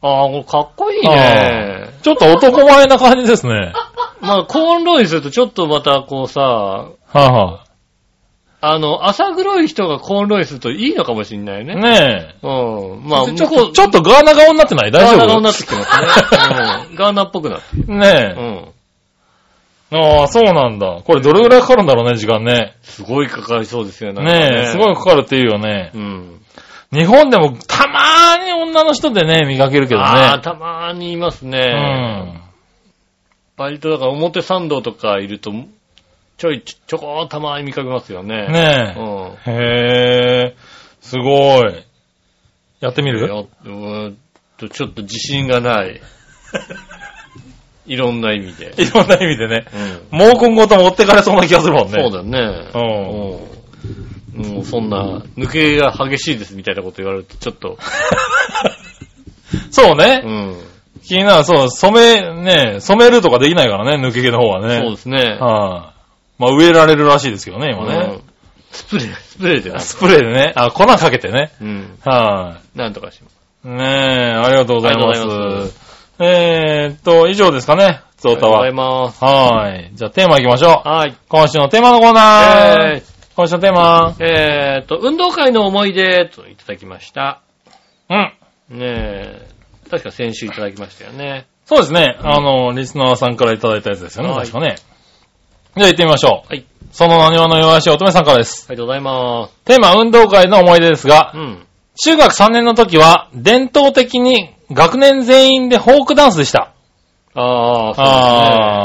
ああ、これかっこいいね。
ちょっと男前な感じですね。
まあ、コーンローにするとちょっとまたこうさ、
はいは
あの、朝黒い人がコーンローにするといいのかもしんない
い。
ね。
ね
うん。まあ、
え。ちょっ、
向ことう
ちょっとガーナ顔になってない大
ガーナ
丈
顔
夫
になってきてますね。うんガーナっぽくなってる。うん。
ねえ。ああ、そうなんだ。これどれぐらいかかるんだろうね、時間ね。
すごいかかりそうですよね。なんか
ねえ、すごい。かかるっていうよね。
うん。
日本でもたまーに女の人でね、見かけるけど
ああ、
ね。
たまーにいます
う
ね。
ん。
割とだから表参道とかいると、ちょいちょちょこーたまーに見かけますよね。
ねえ。
うん。
へえ、すごい。やってみ
い
る
やうーんとちょっと自信がない。いろんな意味で。
いろんな意味でね。
うん。
毛根ごと持ってかれそうな気がするもんね。
そうだね。うん。もうそんな、抜けが激しいですみたいなこと言われると、ちょっと、
そう
う
ね。
ん。
気になる、そう、染め、ね、染めるとかできないからね、抜け毛の方はね。
そうですね。
はい、まあ、植えられるらしいですけどね、今
う
ね。
んスプレー、スプレーでなん
スプレーでね、あ、粉かけてね。
うん。
はい、
なんとかします。
ねえ、ありがとうございます。
ありがとうございます
えーっと、以上ですかね、ツ
あ
オ
りがと
タ
うござ
は。
います。
はい。じゃあ、テーマ行きましょう。
はい。
今週のテーマのコーナー。
え
今週のテーマ。
ー、えーっと、運動会の思い出といただきました。
うん。
ねえ、確か先週いただきましたよね。
そうですね。あの、リスナーさんからいただいたやつですよね、
はい
確かね。じゃあ行ってみましょう。
はい。
その何話の弱し乙女さんからです。
ありがとうございます。
テーマ、運動会の思い出ですが
う、ん。
中学3年の時は、伝統的に学年全員でフォークダンスでした。
ああ、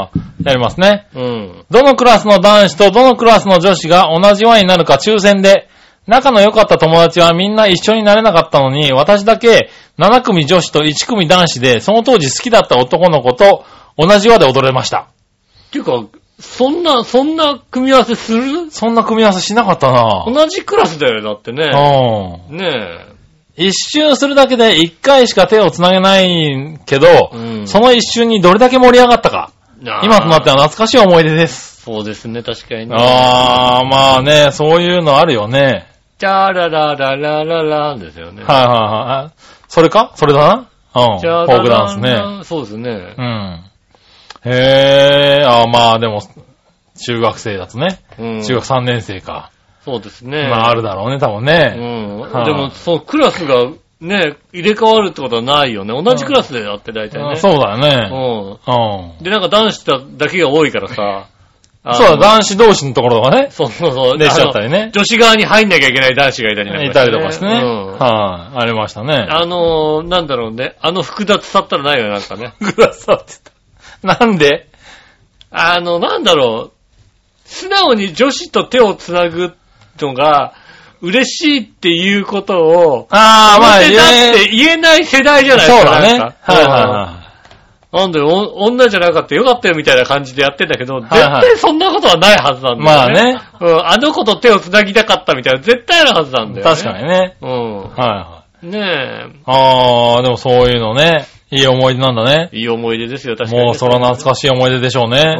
あー、やりますね。
そうですね。うん。
どのクラスの男子とどのクラスの女子が同じ輪になるか抽選で、仲の良かった友達はみんな一緒になれなかったのに、私だけ7組女子と1組男子で、その当時好きだった男の子と同じ輪で踊れました。
っていうか、そんな、そんな組み合わせする
そんな組み合わせしなかったなぁ。
同じクラスだよ、だってね。
うん。
ね
一周するだけで一回しか手をつなげないけど、
うん
その一瞬にどれだけ盛り上がったか。
え。なあ
今となっては懐かしい思い出です。
そうですね、確かにね。
あー、まあね、そういうのあるよね。
チャララララララですよね。
はいはいはい。それかそれだなうん。フ
チャラ
ォ
ララ
ークダンスね。。
そうですね
う。ん。へー、あーまあでも、中学生だとね。
うん
中学3年生か。
そうですね。
まああるだろうね、多分
う
ね。
ん。
はい
でも、そう、クラスがね、入れ替わるってことはないよね。同じクラスでやって大体
あ
ね。
そうだよね。
う。
うん。
ん。で、なんか男子だだけが多いからさ。
そう
だ
だ、男子同士のところとかね。
そうそうそう。
列車だったり ね
あの女子側に入んなきゃいけない男子がいたりなんか
いたりとかしてね。
う
はい、
ん
あ。りましたね。
あのー、なんだろうね。あの複雑さったらないよね、なんかね。
くださってた。なんで
あの、なんだろう。素直に女子と手をつなぐのが嬉しいっていうことを、
ああ、まあ、
表だって
い
言えない世代じゃないです
そう
か。
だね。
なんか
はいは
なんで、お女じゃなかったよかったよみたいな感じでやってんだけど、絶
いはい
対そんなことはないはずなん
いはい。まあ
だよね。
ね。
うん、あの子と手を繋ぎたかったみたいな、絶対あるはずなんだよね。
確かにね。
に。
はいは
う
い。
ん。ねえ。
ああ、でもそういうのね。いい思い出なんだね。
いい思い出ですよ、確かに。
もうそら懐かしい思い出でしょう
うん。
ね。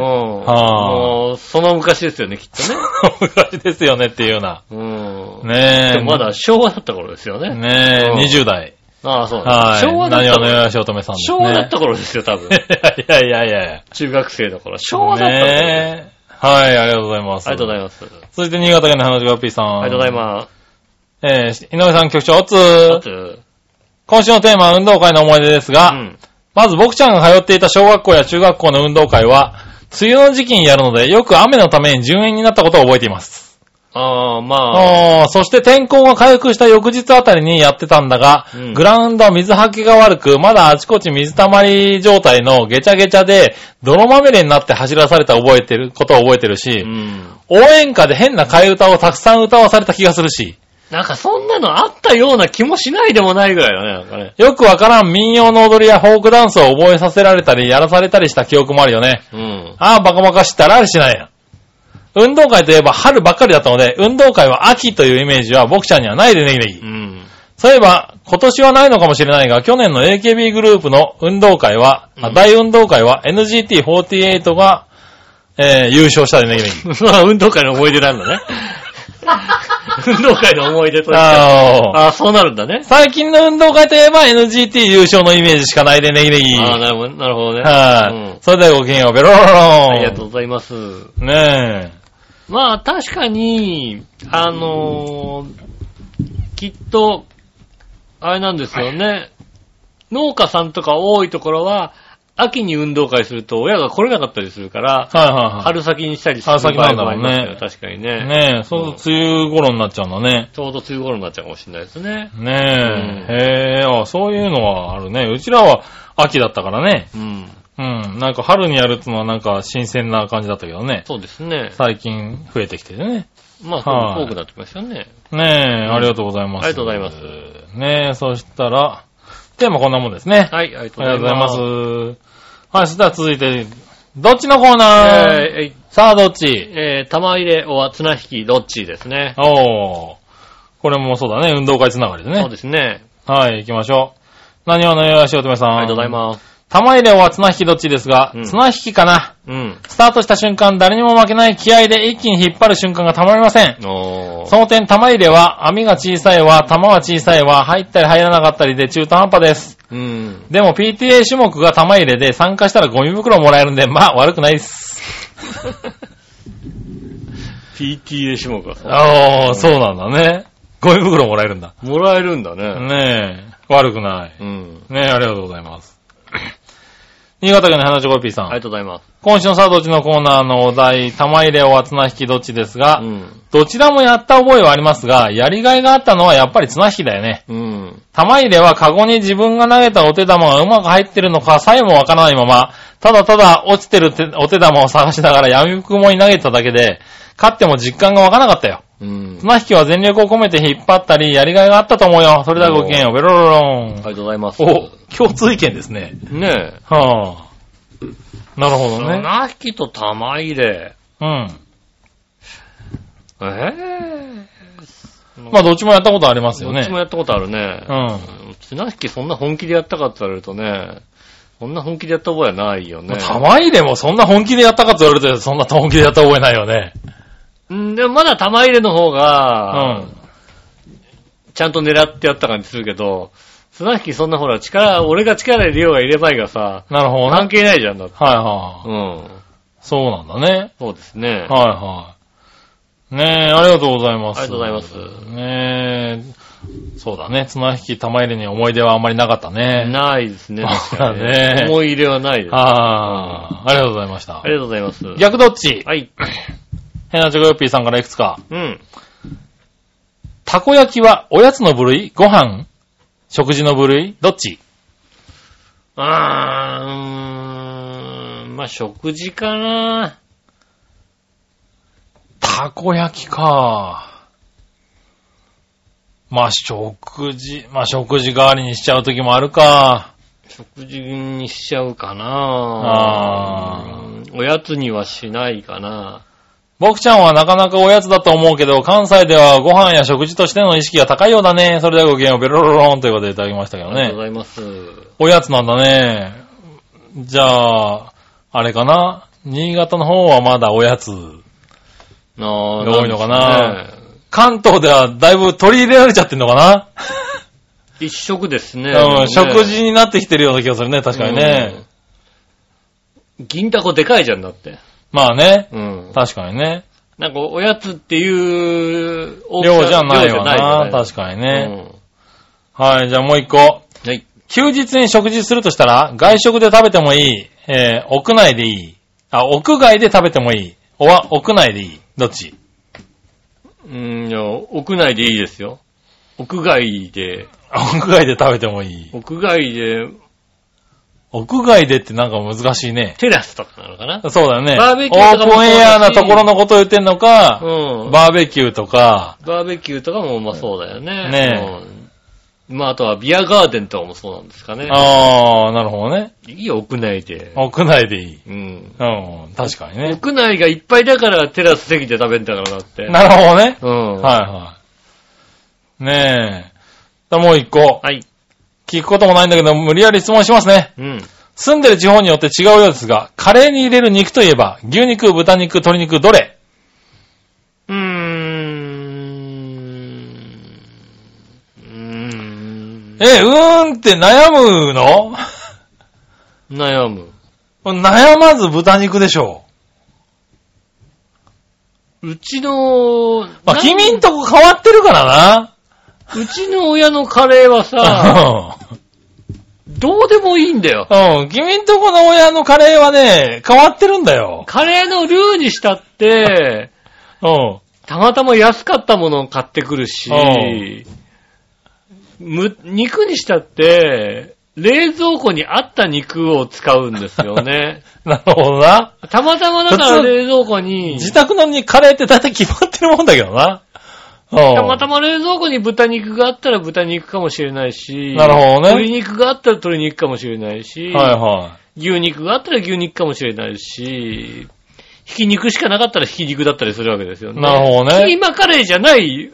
は
もう、その昔ですよね、きっとね。
昔ですよねっていうような。
うん。
ね
で
え。
もまだ昭和だった頃ですよね。
ねえ、
うん
20代。
ああ、そう
はい。
昭和だっ
何
た
はのよ
頃。
やしおとめさんです
昭
ね。
和だった頃ですよ、多分。
いやいやいやいや。
中学生の頃。昭和だった頃です。
ねえ。はい、ありがとうございます。
ありがとうござ
い
います。
ます。続いて新潟県の花女ピーさん。
ありがとうございます。
す。えーし、井上さん局長、おつ
あ
ー。
と
今週のテーマは運動会の思い出ですが、
うん。
まず僕ちゃんが通っていた小学校や中学校の運動会は、梅雨の時期にやるので、よく雨のために順延になったことを覚えています。
ああ、まあ、
あーそして天候が回復した翌日あたりにやってたんだが、
うん
グラウンドは水はけが悪く、まだあちこち水たまり状態のげちゃげちゃで、泥まみれになって走らされた覚えてる、ことを覚えてるし、
うん。
応援歌で変な替え歌をたくさん歌わされた気がするし、
なんかそんなのあったような気もしないでもないぐらいだね、なんかね。
よくわからん民謡の踊りやフォークダンスを覚えさせられたり、やらされたりした記憶もあるよね。
うん。
ああ、バカバカしたらあれしないや。運動会といえば春ばっかりだったので、運動会は秋というイメージは僕ちゃんにはないでねぎねぎ
う。ん。
そういえば、今年はないのかもしれないが、去年の AKB グループの運動会は、あ
うん
大運動会は NGT48 が、えー優勝したでねぎねぎ。
まあ、運動会の思い出なん だね。運動会の思い出として。あ
あー
あ、そうなるんだね。
最近の運動会といえば NGT 優勝のイメージしかないでねぎねぎ。
ああ、
はい、
なるほど、なるほどね。うん
それではごきげんよう、ベロロロ
ありがと
う。
うございます。
ね
まあ、確かに、あのーきっと、あれなんですよね。農家さんとか多いところは、秋に運動会すると親が来れなかったりするから、
え。はいはいはい。
春先にしたりする
春先なんだ
場合
ろう
も
ね
ありますよ確かにね。
ねえ、そうすると梅雨頃になっちゃうんだね。
ちょうど梅雨頃になっちゃうかもしれないですね。
ねえ、へえ、あそういうのはあるね。うちらは秋だったからね。
うん。
うん、なんか春にやるってのはなんか新鮮な感じだったけどね。
そうですね。
最近増えてきてね。
まあ、
はい
そう多くなってきましたよね。
ねえ、ありがとうございます。
ありがとうございます。
ねえ、そしたら、テーマこんなもんですね。
はい、ありがと
あ
う
り
ござ
がと
いう
ござい
ま。
ますす。はい、そしたら続いて、どっちのコーナー、
えーえい
さあ、どっち
えー玉入れ、おは綱引き、どっちですね。
おー。これもそうだね、運動会つながりで
そう
ね。
ですね。
はい、行きましょう。何をのよしおとめさん。
ありがとうございます。
玉入れは綱引きどっちですが、
うん
綱引きかな。
うん。
スタートした瞬間、誰にも負けない気合で一気に引っ張る瞬間がたまりません。
おー
その点、玉入れは、網が小さいわ、玉は小さいわ、入ったり入らなかったりで中途半端です。
うん。
でも PTA 種目が玉入れで参加したらゴミ袋もらえるんで、まあ悪くな いです。
PTA 種目がさ、
ああ、そうなんだね。ゴミ袋もらえるんだ。
もらえるんだね。
ねえ、悪くない。
うん。
ねえ、ありがとうござ います。新潟県の花チョコピーさ
ありが
ん。
とうございます。
今週のさあどっちのコーナーのお題、玉入れは綱引きどっちですが、
うん。
どちらもやった覚えはありますが、やりがいがあったのはやっぱり綱引きだよね。
うん。
玉入れはカゴに自分が投げたお手玉がうまく入ってるのかさえもわからないまま、ただただ落ちてるてお手玉を探しながら闇雲に投げただけで、勝っても実感がわからなかったよ。
うん。
綱引きは全力を込めて引っ張ったり、やりがいがあったと思うよ。それではごきげんよう。ベロロロ
あり
ン。
がとうございます。
お、共通意見ですね。
ねえ。
はぁ。なるほどね。
綱引きと玉入れ。
うん。
ええ
まあどっちもやったことありますよ
どっ
ね
ちも。やったことあるね。
うん。
綱引きそんな本気でやったかって言われるとね、そんな本気でやった覚えはないよね。
玉入れもそんな本気でやったかと言われて、そんな本気でやった覚えないよね。
うん、でもまだ玉入れの方
う
が、
ん。
ちゃんと狙ってやった感じするけど、綱引きそんなほら力、俺が力入れようが入れまいがさ、
なるほど
関
ね。
係ないじゃんだって。
はいはい、
うん。
そうなんだね。
そうですね。
はいはい、ねえ、ありがとうございます。
ありがとうございます
ねえ、そうだね。綱引き玉入れに思い出はあんまりなかったね。
ないですね。
そう
確か
だ
に
ね
ね思い入れはないです。あ
ああ、ありがとうございました。
りがとうございます。
逆どっち
はい。
ヘナチョコヨッピーさんからいくつか。
うん。
たこ焼きはおやつの部類ご飯食事の部類どっち
あー、うーん、まあ、食事かな。
たこ焼きか。まあ、食事、まあ、食事代わりにしちゃう時もあるか。
食事にしちゃうかな。
あ
うんおやつにはしないかな。
僕ちゃんはなかなかおやつだと思うけど、関西ではご飯や食事としての意識が高いようだね。それではごきげんよう、ベロロローンということでいただきましたけど
ありがとうご
ね。
ざいます。
おやつなんだね。じゃあ、あれかな。新潟の方はまだおやつ。
あ
多いのかなん
ですね
関東ではだいぶ取り入れられちゃってんのかな、
一食ですね。
う
ね
ん、食事になってきてるような気がするね、確かにね。。
うん銀だこでかいじゃんだって。
まあね。
うん。
確かにね。
なんかおやつっていう大きさ
量じゃないわな。
量じゃ
確かに
ない
ね、はい、じゃあもう一個。
うんはい。
休日に食事するとしたら、外食で食べてもいい、えー、屋内でいい。あ、屋外で食べてもいい。おわ、屋内でいい。どっち
うん、いや、屋内でいいですよ。屋外で、
あ屋外で食べてもいい。
屋外で、
屋外でってなんか難しいね。
テラスとかなのかな
そうだよね。
バーベキューとか
オ
も
ー
そうだ
プン
し
エアなところのことを言ってんのか、
うん。
バーベキューとか、
バーベキューとかもまあそうだよね。
ね
え。まああとはビアガーデンとかもそうなんですかね。
あー、なるほどね。
いいよ、屋内で。
屋内でいい。
うん。
うん、確かにね。
屋内がいっぱいだからテラス席で食べんだからだって。
なるほどね。
うん。
はいはい。ねえ。じゃあもう一個。
はい。
聞くこともないんだけど、無理やり質問しますね。
うん。
住んでる地方によって違うようですが、カレーに入れる肉といえば、牛肉、豚肉、鶏肉、どれ
うーん。うーん。
え、うーんって悩むの
悩む。
悩まず豚肉でしょ
うちの、
う。まあ、君んとこ変わってるからな。
うちの親のカレーはさ、 どうでもいいんだよ。
うん。うん。君んとこの親のカレーはね、変わってるんだよ。
カレーのルーにしたって、
うん。
たまたま安かったものを買ってくるし
うん、
む、肉にしたって、冷蔵庫にあった肉を使うんですよ ね。
なるほどな。
たまたまだか
普
ら
通
冷蔵庫に、
自宅のにカレーって大体決まってるもんだけどな。うん。
たまたま冷蔵庫に豚肉があったら豚肉かもしれないし、
なるほどね
鶏肉があったら鶏肉かもしれないし、
はいは
牛肉があったら牛肉かもしれないし、ひき肉しかなかったらひき肉だったりするわけですよね。
なるほどね
キーマカレーじゃない
い。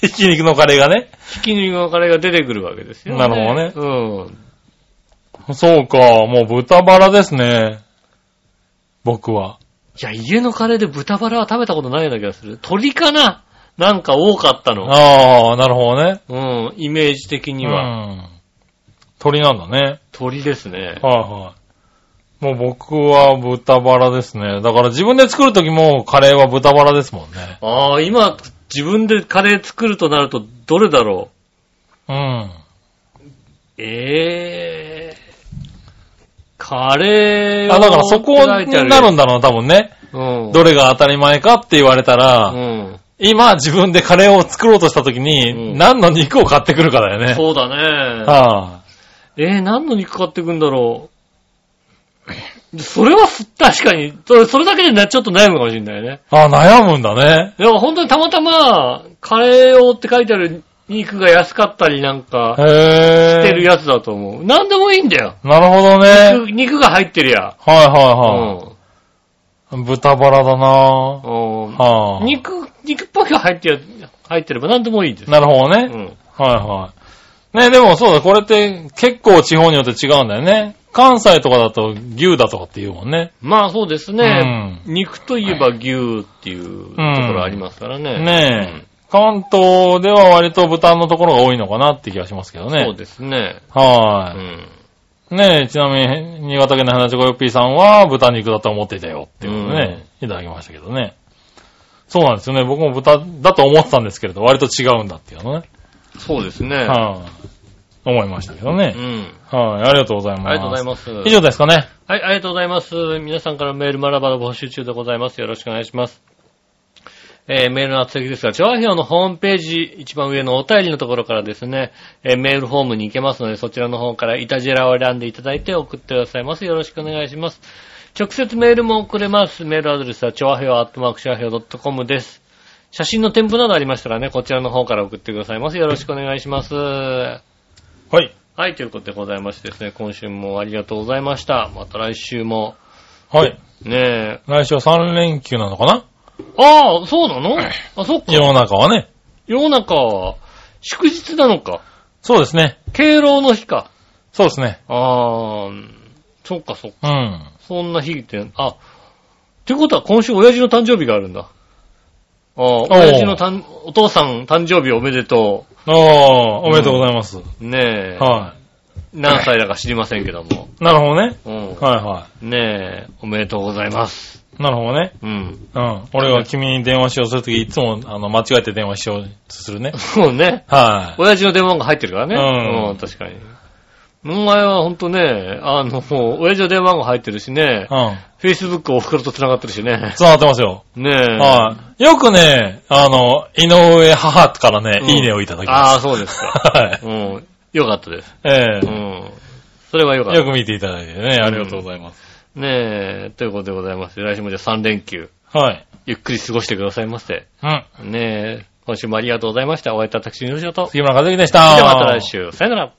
ひき肉のカレーがね。
ひき肉のカレーが出てくるわけですよ、
なる
ほどね。
そうか、もう豚バラですね。僕は。
うん。いや、家のカレーで豚バラは食べたことないような気がする。鳥かななんか多かったの。
ああ、なるほどね。
うん、イメージ的には。
うん。鳥なんだね。
鳥ですね。
はいはい。もう僕は豚バラですね。だから自分で作るときもカレーは豚バラですもんね。
ああ、今、自分でカレー作るとなると、どれだろ
うん。
うええカレーを
あ、だからそこになるんだろうな、多分ね。
うん。
どれが当たり前かって言われた
う
ら、
ん。
今自分でカレーを作ろうとしたとき
う
に、
ん
何の肉を買ってくるかだよね。
そうだね。
は
えー、何の肉買ってくんだろう。それはす確かに、それそれだけでなちょっと悩むかもしれないね。
い。あ悩むんだね。
でも本当にたまたま、カレー用って書いてある肉が安かったりなんか
へ
し
え。
てるやつだと思う。何でもいいんだよ。
なるほどね。
肉肉が入ってるや。
はいはいうはい。
ん。
豚バラだなぁ。
うん
はぁ、
肉、肉っぽく入ってや、入ってれば何でもいいです。
なるほど
う
ね。
ん。
はいはい。ねでもそうだ、これって結構地方によって違うんだよね。関西とかだと牛だとかって言うもんね。
まあそうですね。肉といえば牛っていうところありますからね。
ねえ。関東では割と豚のところが多いのかなって気がしますけど
うんそう
ね。
ですね。う
は
ん。
い。ねえ、ちなみに、新潟県の花ちこよっぴーさんは豚肉だと思っていたよっていうことでね、いただきましたけどね。そうなんですよね。僕も豚だと思ってたんですけれど、割と違うんだっていうのね。
そうですね。
はい、思いましたけどね
う。ん。
はい、ありがとうございます。
ありがとうございます。
以上ですかね。
はい、ありがとうございます。皆さんからメールまだまだ募集中でございます。よろしくお願いします。えーメールの厚先ですが、調和表のホームページ、一番上のお便りのところからですね、えーメールフォームに行けますので、そちらの方からイタジェラを選んでいただいて送ってくださいます。よろしくお願いします。直接メールも送れます。メールアドレスは、調和表アットマーク調和表 .com です。写真の添付などありましたらね、こちらの方から送ってくださいます。よろしくお願いします。
はい。
はい、ということでございましてですね、今週もありがとうございました。また来週も、
はい。
ねえ、
来週は3連休なのかな
ああ、そうなのあ、そっか。
世の中はね。
世の中は、祝日なのか。
そうですね。
敬老の日か。
そうですね。
ああ、そっかそっか。
うん。
そんな日って、あ、ってことは今週親父の誕生日があるんだ。ああ、親父のたんお父さん誕生日おめでと
ああ、おめでとうございます。
う。ねえ。
は
何歳だか知りませんけども。
い。なるほどね。
うん。
はいは
ねえ、おめでとうございます。
い。なるほどね。
うん。
うん。俺は君に電話しようとするとき、いつも、あの、間違えて電話しようとするね。
そうね。
は
親父の電話が入ってるからね。
うん
うん、確かに。お前はほんとね、あの、もう親父の電話が入ってるしね
い。、うん。
Facebook お袋と繋がってるしね。
そうなってますよ。
ねえ。
はい。よくね、あの、井上母からね、
うん
いいねをいただき
あ
ま
あ、そうです
す。
か。
はい。
うん。よかったです。
え
う
え。
ん。それはよかった
よ。く見ていただいてね、ありがとうございます。
ねえ、ということでございまして、来週もじゃあ3連休、
はい。
ゆっくり過ごしてくださいませ。
うん。
ねえ、今週もありがとうございました。お会いいた私、よしおと。
杉村和之でした。
ではまた来週。さよなら。